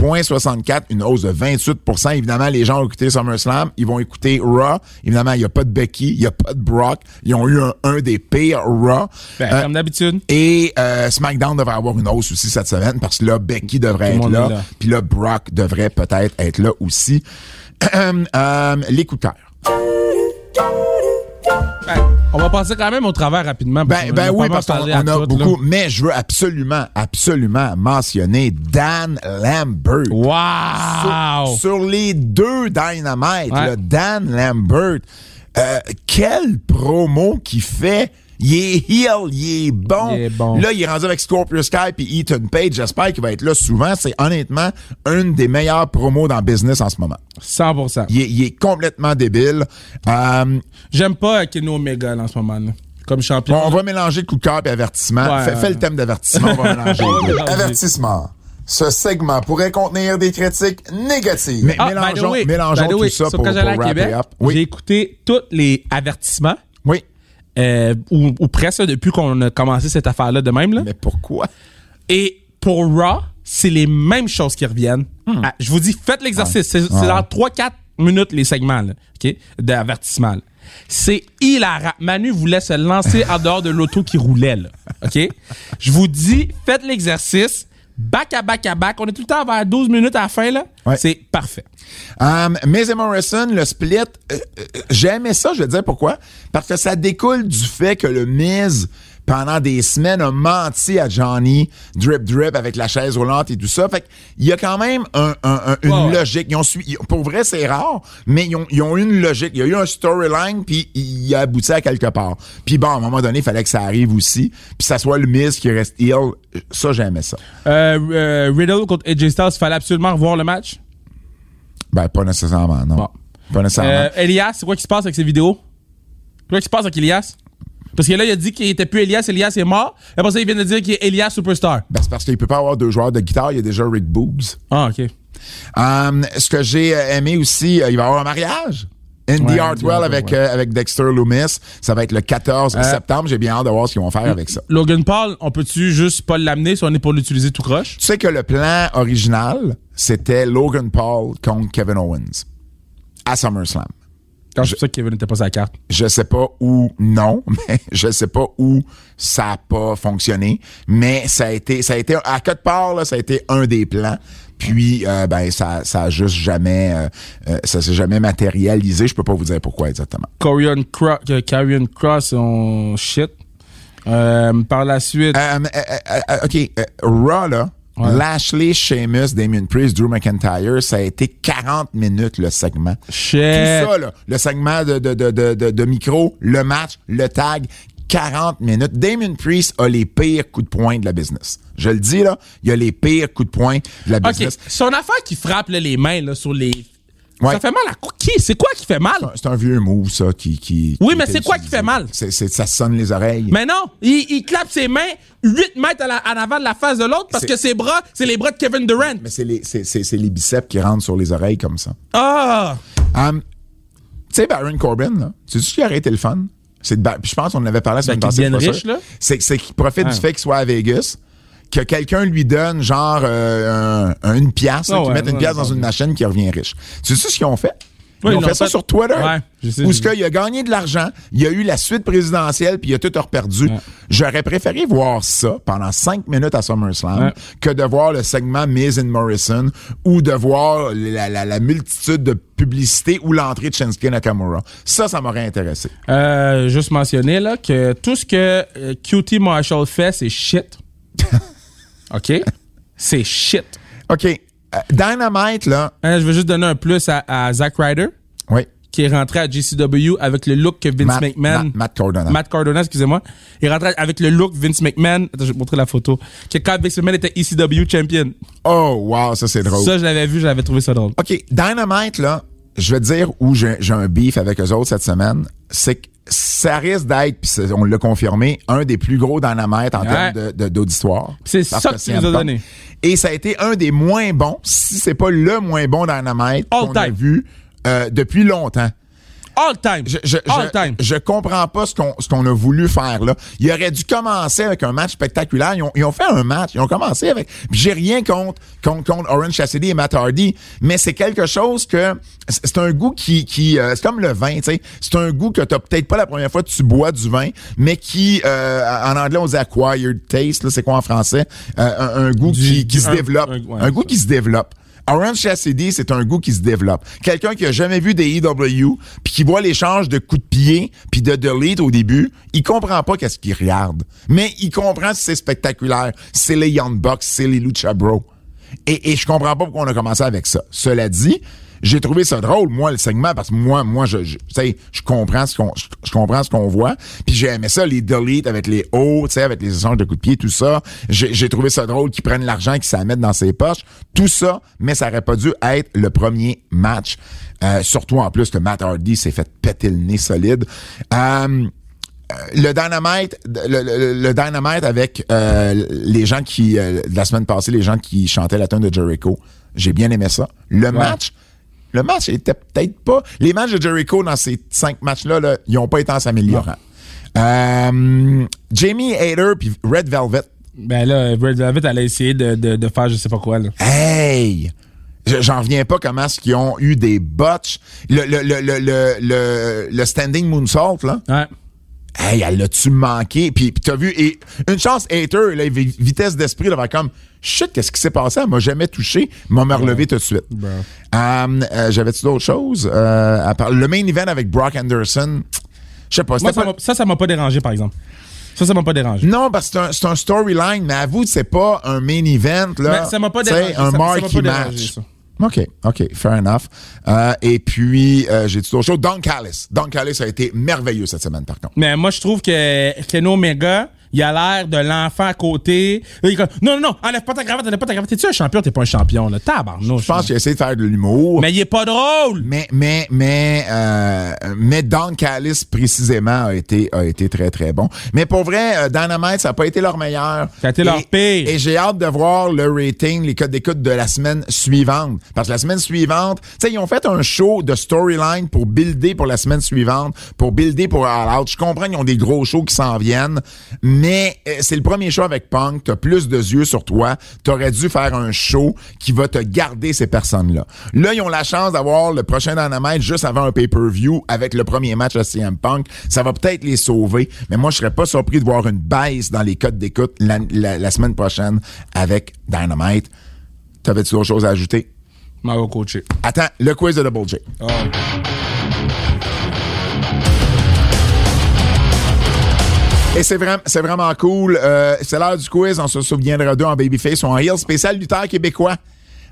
0.64, une hausse de 28 Évidemment, les gens ont écouté SummerSlam, ils vont écouter Raw. Évidemment, il n'y a pas de Becky, il n'y a pas de Brock. Ils ont eu un, un des pires Raw. Ben, Euh, comme d'habitude. et euh, SmackDown devrait avoir une hausse aussi cette semaine parce que là, Becky devrait Tout être le monde là, est là. Puis là, Brock devrait peut-être être là aussi. Euh, les coups de cœur. Ah, Ben, on va passer quand même au travers rapidement. parce Ben, qu'on ben a oui, pas parce qu'on parlé à on a toutes, là. beaucoup. Mais je veux absolument, absolument mentionner Dan Lambert. Wow! sur, sur les deux Dynamite, Ouais. là, Dan Lambert, euh, quelle promo qu'il fait! Il est heel, il est, bon. Il est bon. Là, il est rendu avec Scorpio Sky et Ethan Page. J'espère qu'il va être là souvent. C'est honnêtement une des meilleures promos dans le business en ce moment. 100%. Il est, il est complètement débile. Euh, J'aime pas Keno Omega là, en ce moment. là. Comme champion. Bon, on va mélanger coup de cœur et avertissement. Ouais, fais, ouais, fais le ouais. thème d'avertissement, on va mélanger. On va les deux. mélanger. Avertissement. Ce segment pourrait contenir des critiques négatives. Mais Ah, by the mélangeons, way, mélangeons by the tout way, ça sur pour, quand pour j'allais à wrap it Québec, up. J'ai Oui, écouté tous les avertissements, oui. euh, ou, ou presque depuis qu'on a commencé cette affaire-là de même. Là. Mais pourquoi? Et pour Raw, c'est les mêmes choses qui reviennent. Ah, je vous dis, faites l'exercice. C'est c'est dans 3-4 minutes les segments là, OK, d'avertissement. là. C'est hilarant. Manu voulait se lancer en dehors de l'auto qui roulait, là. OK? Je vous dis, faites l'exercice. Back à back à back. On est tout le temps vers 12 minutes à la fin, là. Ouais. C'est parfait. Um, Maze et Morrison, le split, euh, euh, j'aimais ça, je vais te dire pourquoi. Parce que ça découle du fait que le Miz, pendant des semaines, a menti à Johnny, drip drip avec la chaise roulante et tout ça. Fait qu'il y a quand même un- un- un- une Ouais, ouais. logique. Ils ont su- ils- pour vrai, c'est rare, mais ils ont, ils ont eu une logique. Il y a eu un storyline, puis il a abouti à quelque part. Puis bon, à un moment donné, il fallait que ça arrive aussi, puis ça soit le Miz qui reste heel. Ça, j'aimais ça. Euh, euh, Riddle contre AJ Styles, fallait absolument revoir le match. Ben, pas nécessairement, non. Bon. Pas nécessairement. Euh, Elias, c'est quoi qui se passe avec ses vidéos? C'est quoi qui se passe avec Elias? Parce que là, il a dit qu'il était plus Elias, Elias est mort. Après ça, il vient de dire qu'il est Elias Superstar. Ben, c'est parce qu'il peut pas avoir deux joueurs de guitare, il y a déjà Rick Boogs. Ah, OK. Euh, ce que j'ai euh, aimé aussi, euh, il va y avoir un mariage. Andy Ouais, Andy Hartwell Hartwell, avec, ouais. Euh. euh, avec Dexter Loomis. Ça va être le 14 septembre. J'ai bien hâte de voir ce qu'ils vont faire avec ça. Logan Paul, on peut-tu juste pas l'amener si on est pour l'utiliser tout croche? Tu sais que le plan original, c'était Logan Paul contre Kevin Owens à SummerSlam. Quand je sais que Kevin n'était pas sa carte. Je sais pas où non, mais je sais pas où ça a pas fonctionné, mais ça a été ça a été à quelque part là, ça a été un des plans. Puis euh, ben ça ça a juste jamais euh, euh, ça s'est jamais matérialisé, je peux pas vous dire pourquoi exactement. Corian Cross, Corian Cross, on shit. Euh, par la suite, Euh, euh, euh, euh, OK, euh, Raw, là, Lashley, Sheamus, Damien Priest, Drew McIntyre, ça a été 40 minutes le segment. shit. Tout ça, là, le segment de, de, de, de, de- de micro, le match, le tag, 40 minutes. Damien Priest a les pires coups de poing de la business. Je le dis, là, il a les pires coups de poing de la OK. business. Son affaire qui frappe là, les mains là, sur les. Ouais. Ça fait mal à quoi? Qui? C'est quoi qui fait mal? C'est un vieux move, ça, qui. qui Oui, qui mais était c'est quoi qui utilisé. fait mal? C'est- c'est- ça sonne les oreilles. Mais non, il, il clappe ses mains 8 mètres à la- en avant de la face de l'autre C'est- parce que ses bras, c'est les bras de Kevin Durant. Mais c'est les, c'est- c'est- c'est les biceps qui rentrent sur les oreilles comme ça. Ah! Um, tu sais, Baron Corbin, là, tu sais ce qui aurait été le fun? C'est de ba- puis je pense qu'on en avait parlé la semaine qu'il passée, je suis devienne pas riche, sûr. Ben, là? C'est c'est qu'il profite Ah. du fait qu'il soit à Vegas, que quelqu'un lui donne genre euh, un- un- une pièce, là, Ah qu'il ouais, mette une ouais, pièce ouais, dans ouais. une machine qui revient riche. Tu sais ce qu'ils ont fait? Ouais, ils ont ils fait, l'ont ça fait. sur Twitter. Ouais, je sais, où ce j'ai vu. qu'il a gagné de l'argent, il a eu la suite présidentielle, puis il a tout reperdu. J'aurais préféré voir ça pendant cinq minutes à SummerSlam Ouais. que de voir le segment Miz and Morrison ou de voir la, la- la multitude de publicités ou l'entrée de Shinsuke Nakamura. Ça, ça m'aurait intéressé. Euh, juste mentionner là, que tout ce que euh, QT Marshall fait, c'est shit. OK? C'est shit. OK. euh, Dynamite, là. Hein, je veux juste donner un plus à, à Zack Ryder, Oui. qui est rentré à GCW avec le look que Vince Matt- McMahon. Matt- Matt Cardona. Matt Cardona, excusez-moi. Il est rentré avec le look Vince McMahon. Attends, je vais vous montrer la photo. Que quand Vince McMahon était ECW champion. Oh, wow, ça, c'est drôle. Ça, je l'avais vu, j'avais trouvé ça drôle. OK, Dynamite, là, je vais te dire où j'ai j'ai un beef avec eux autres cette semaine, c'est que ça risque d'être, puis c'est- on l'a confirmé, un des plus gros Dynamite en termes Ouais. de- de- d'auditoire. C'est Parce ça que tu c'est nous as important. donné. Et ça a été un des moins bons, si c'est pas le moins bon Dynamite All qu'on a time. vu euh, depuis longtemps. All time. Je, je, All je- time. je comprends pas ce qu'on ce qu'on a voulu faire là. Il aurait dû commencer avec un match spectaculaire. Ils ont, ils ont fait un match. Ils ont commencé avec. puis J'ai rien contre, contre contre Orange Cassidy et Matt Hardy, mais c'est quelque chose que c'est c'est un goût qui qui euh, c'est comme le vin. tu sais. C'est un goût que t'as peut-être pas la première fois que tu bois du vin, mais qui euh, en anglais on dit acquired taste. là, C'est quoi en français Euh, un, un goût Du- qui, qui du- se un- développe. un- ouais, un goût ça. qui se développe. Orange Cassidy, c'est un goût qui se développe. Quelqu'un qui a jamais vu des EW, puis qui voit l'échange de coups de pied, puis de delete au début, il comprend pas qu'est-ce qu'il regarde. Mais il comprend si c'est spectaculaire. C'est les Young Bucks, c'est les Lucha Bro. Et, et je comprends pas pourquoi on a commencé avec ça. Cela dit, j'ai trouvé ça drôle, moi, le segment, parce que moi, moi, je, je, tu sais, je comprends ce qu'on, je, je comprends ce qu'on voit. Puis j'ai aimé ça, les deletes avec les hauts, tu sais, avec les échanges de coups de pied, tout ça. J'ai, j'ai trouvé ça drôle qu'ils prennent l'argent, qu'ils s'en mettent dans ses poches, tout ça. Mais ça aurait pas dû être le premier match. Euh, surtout en plus que Matt Hardy s'est fait péter le nez solide. Euh, le dynamite, le, le- le dynamite avec euh, les gens qui euh, de la semaine passée, les gens qui chantaient la tune de Jericho. J'ai bien aimé ça. Le match, le match était peut-être pas. Les matchs de Jericho dans ces cinq matchs-là, là, ils n'ont pas été en s'améliorant. Euh, Jamie Hader puis Red Velvet. Ben là, Brad David, elle a essayé de, de, de faire je sais pas quoi. Là. Hey! Je- J'en reviens pas comment est-ce qu'ils ont eu des botches. Le, le, le, le, le, le, le standing moonsault, là. Ouais. Hey, elle l'a-tu manqué? Puis, puis t'as vu, et une chance, hater, là, vi- vitesse d'esprit, là, va comme, shit, qu'est-ce qui s'est passé? Elle m'a jamais touché, Elle m'a me relevé tout de suite. Euh, euh, J'avais-tu d'autres choses? Euh, à part- le main event avec Brock Anderson, je sais pas, Moi, c'était ça pas- m'a- ça, ça m'a pas dérangé, par exemple. Ça, ça m'a pas dérangé. Non, parce que c'est un- c'est un, storyline, mais avoue, c'est pas un main event, là. Mais ça m'a pas C'est dérangé, ça- un ça m'a pas marquee dérangé, match. ça. OK, OK, fair enough. Euh, et puis, euh, j'ai tout autre chose. Don Callis. Don Callis a été merveilleux cette semaine, par contre. Mais moi, je trouve que Ken Omega, il a l'air de l'enfant à côté. Il est comme, non, non, non, enlève pas ta cravate, enlève pas ta cravate. T'es-tu un champion? T'es pas un champion, là. Tabarnouche. Je pense qu'il a essayé de faire de l'humour. Mais il est pas drôle! Mais, mais, mais, euh, mais Don Callis, précisément, a été, a été très, très bon. Mais pour vrai, euh, Dynamite, ça n'a pas été leur meilleur. Ça a été leur Et- pire. Et j'ai hâte de voir le rating, les codes d'écoute de la semaine suivante. Parce que la semaine suivante, tu sais, ils ont fait un show de storyline pour builder pour la semaine suivante, pour builder pour All Out. Je comprends qu'ils ont des gros shows qui s'en viennent, mais euh, c'est le premier show avec Punk. T'as plus de yeux sur toi. T'aurais dû faire un show qui va te garder ces personnes-là. Là, ils ont la chance d'avoir le prochain Dynamite juste avant un pay-per-view avec le premier match à CM Punk. Ça va peut-être les sauver, mais moi, je serais pas surpris de voir une baisse dans les codes d'écoute la, la- la semaine prochaine avec Dynamite. T'avais-tu d'autres choses à ajouter? Mario coaché. Attends, le quiz de Double J. Oh. Et c'est vraiment, c'est vraiment cool. Euh, c'est l'heure du quiz. On se souviendra d'eux en Babyface ou en Heel. Spécial lutteur québécois.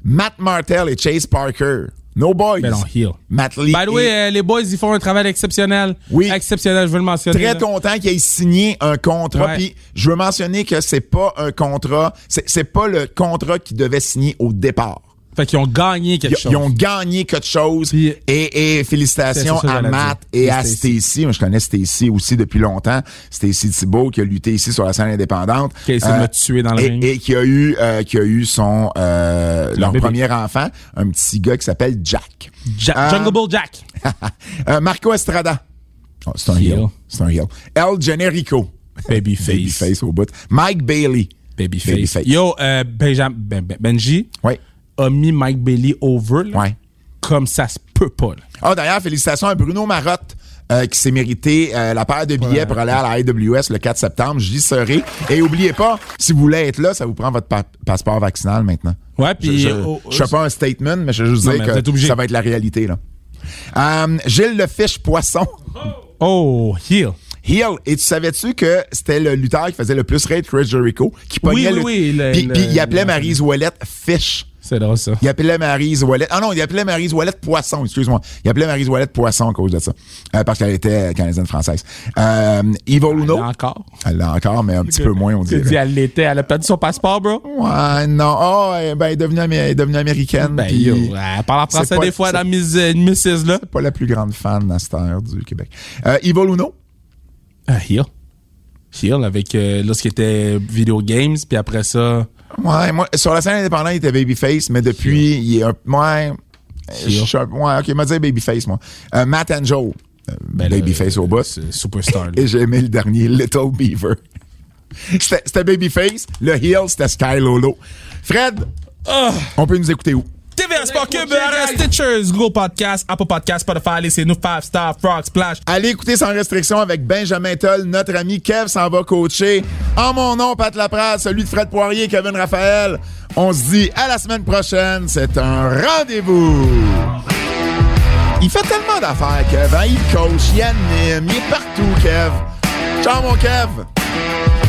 Matt Martel et Chase Parker. No boys. Mais non, heel. Matt Lee. By the way, est euh, les boys, ils font un travail exceptionnel. Oui. Exceptionnel, je veux le mentionner. Très là. content qu'il ait signé un contrat. Ouais. Puis je veux mentionner que c'est pas un contrat, c'est, c'est pas le contrat qu'il devait signer au départ. Fait qu'ils ont gagné quelque Ils, chose. ils ont gagné quelque chose. Puis- et, et félicitations C'est ça que à j'allais Matt dire. et à Stacy. Stacy. Moi, je connais Stacy aussi depuis longtemps. Stacy Thibault qui a lutté ici sur la scène indépendante. Euh, Qui a essayé de me tuer dans le et, ring. Et qui a eu, euh, qui a eu son, euh, leur bébé. premier enfant, un petit gars qui s'appelle Jack. Ja- Euh, Jungle Bull Jack. Euh, Marco Estrada. Oh, c'est un Heel. heel. C'est un heel. El Generico. Babyface. Babyface au bout. Mike Bailey. Babyface. Babyface. Yo, euh, Benjam- Ben- Ben- Benji Ouais. a mis Mike Bailey over. là, Ouais. Comme ça se peut pas. là. Ah, d'ailleurs, félicitations à Bruno Marotte. euh, qui s'est mérité euh, la paire de billets pour aller à la AWS le 4 septembre. J'y serai. Et oubliez pas, si vous voulez être là, ça vous prend votre pa- passeport vaccinal maintenant. Ouais, Je, puis. je, oh, oh, je fais pas un statement, mais je veux juste Non, mais vous dire êtes que obligé. ça va être la réalité. là. Euh, Gilles Lefiche Poisson. oh, heel. Hill, et tu savais-tu que c'était le lutteur qui faisait le plus raid Chris Jericho, qui Oui, pognait oui, le- oui, le- puis, le- puis il appelait le- Maryse Ouellette Fish. C'est drôle, ça. Il appelait Maryse Ouellette. Ah non, il appelait Maryse Ouellette Poisson, excuse-moi. Il appelait Maryse Ouellette Poisson à cause de ça. Euh, parce qu'elle était canadienne française. Euh, Evil Uno. Encore. Elle l'a encore, mais un petit peu moins, on Tu dis, dirait. elle l'était. Elle a perdu son passeport, bro. Ouais, non. Oh, eh ben, elle est devenue, amé- elle est devenue américaine. Ben, puis yo, elle parle en c'est français pas- des fois c'est- dans Miss, euh, Mrs. là. Pas la plus grande fan à cette heure du Québec. Euh, Evil Uno. Euh, Ah, Hill. Hill avec euh, lorsqu'il était Video Games, puis après ça. Ouais, moi, sur la scène indépendante, il était babyface, mais depuis, il est un. Ouais. Je suis un- ouais, ok, il m'a dit babyface, moi. Euh, Matt Angel, euh, là, babyface au boss. Ben, c'est euh, Superstar. là. Et j'ai aimé le dernier, Little Beaver. C'était c'était babyface, le heel, c'était Sky Lolo. Fred, Ah! on peut nous écouter où? TVA Sport Cube, RS Stitchers, Google Podcast, Apple Podcast, Spotify, laissez-nous 5 Star, Frog, Splash. Allez écouter sans restriction avec Benjamin Toll, notre ami Kev s'en va coacher. En mon nom, Pat Laprade, celui de Fred Poirier, Kevin Raphaël. On se dit à la semaine prochaine. C'est un rendez-vous. Il fait tellement d'affaires, Kev. hein? Il coach, il anime, il est partout, Kev. Ciao, mon Kev.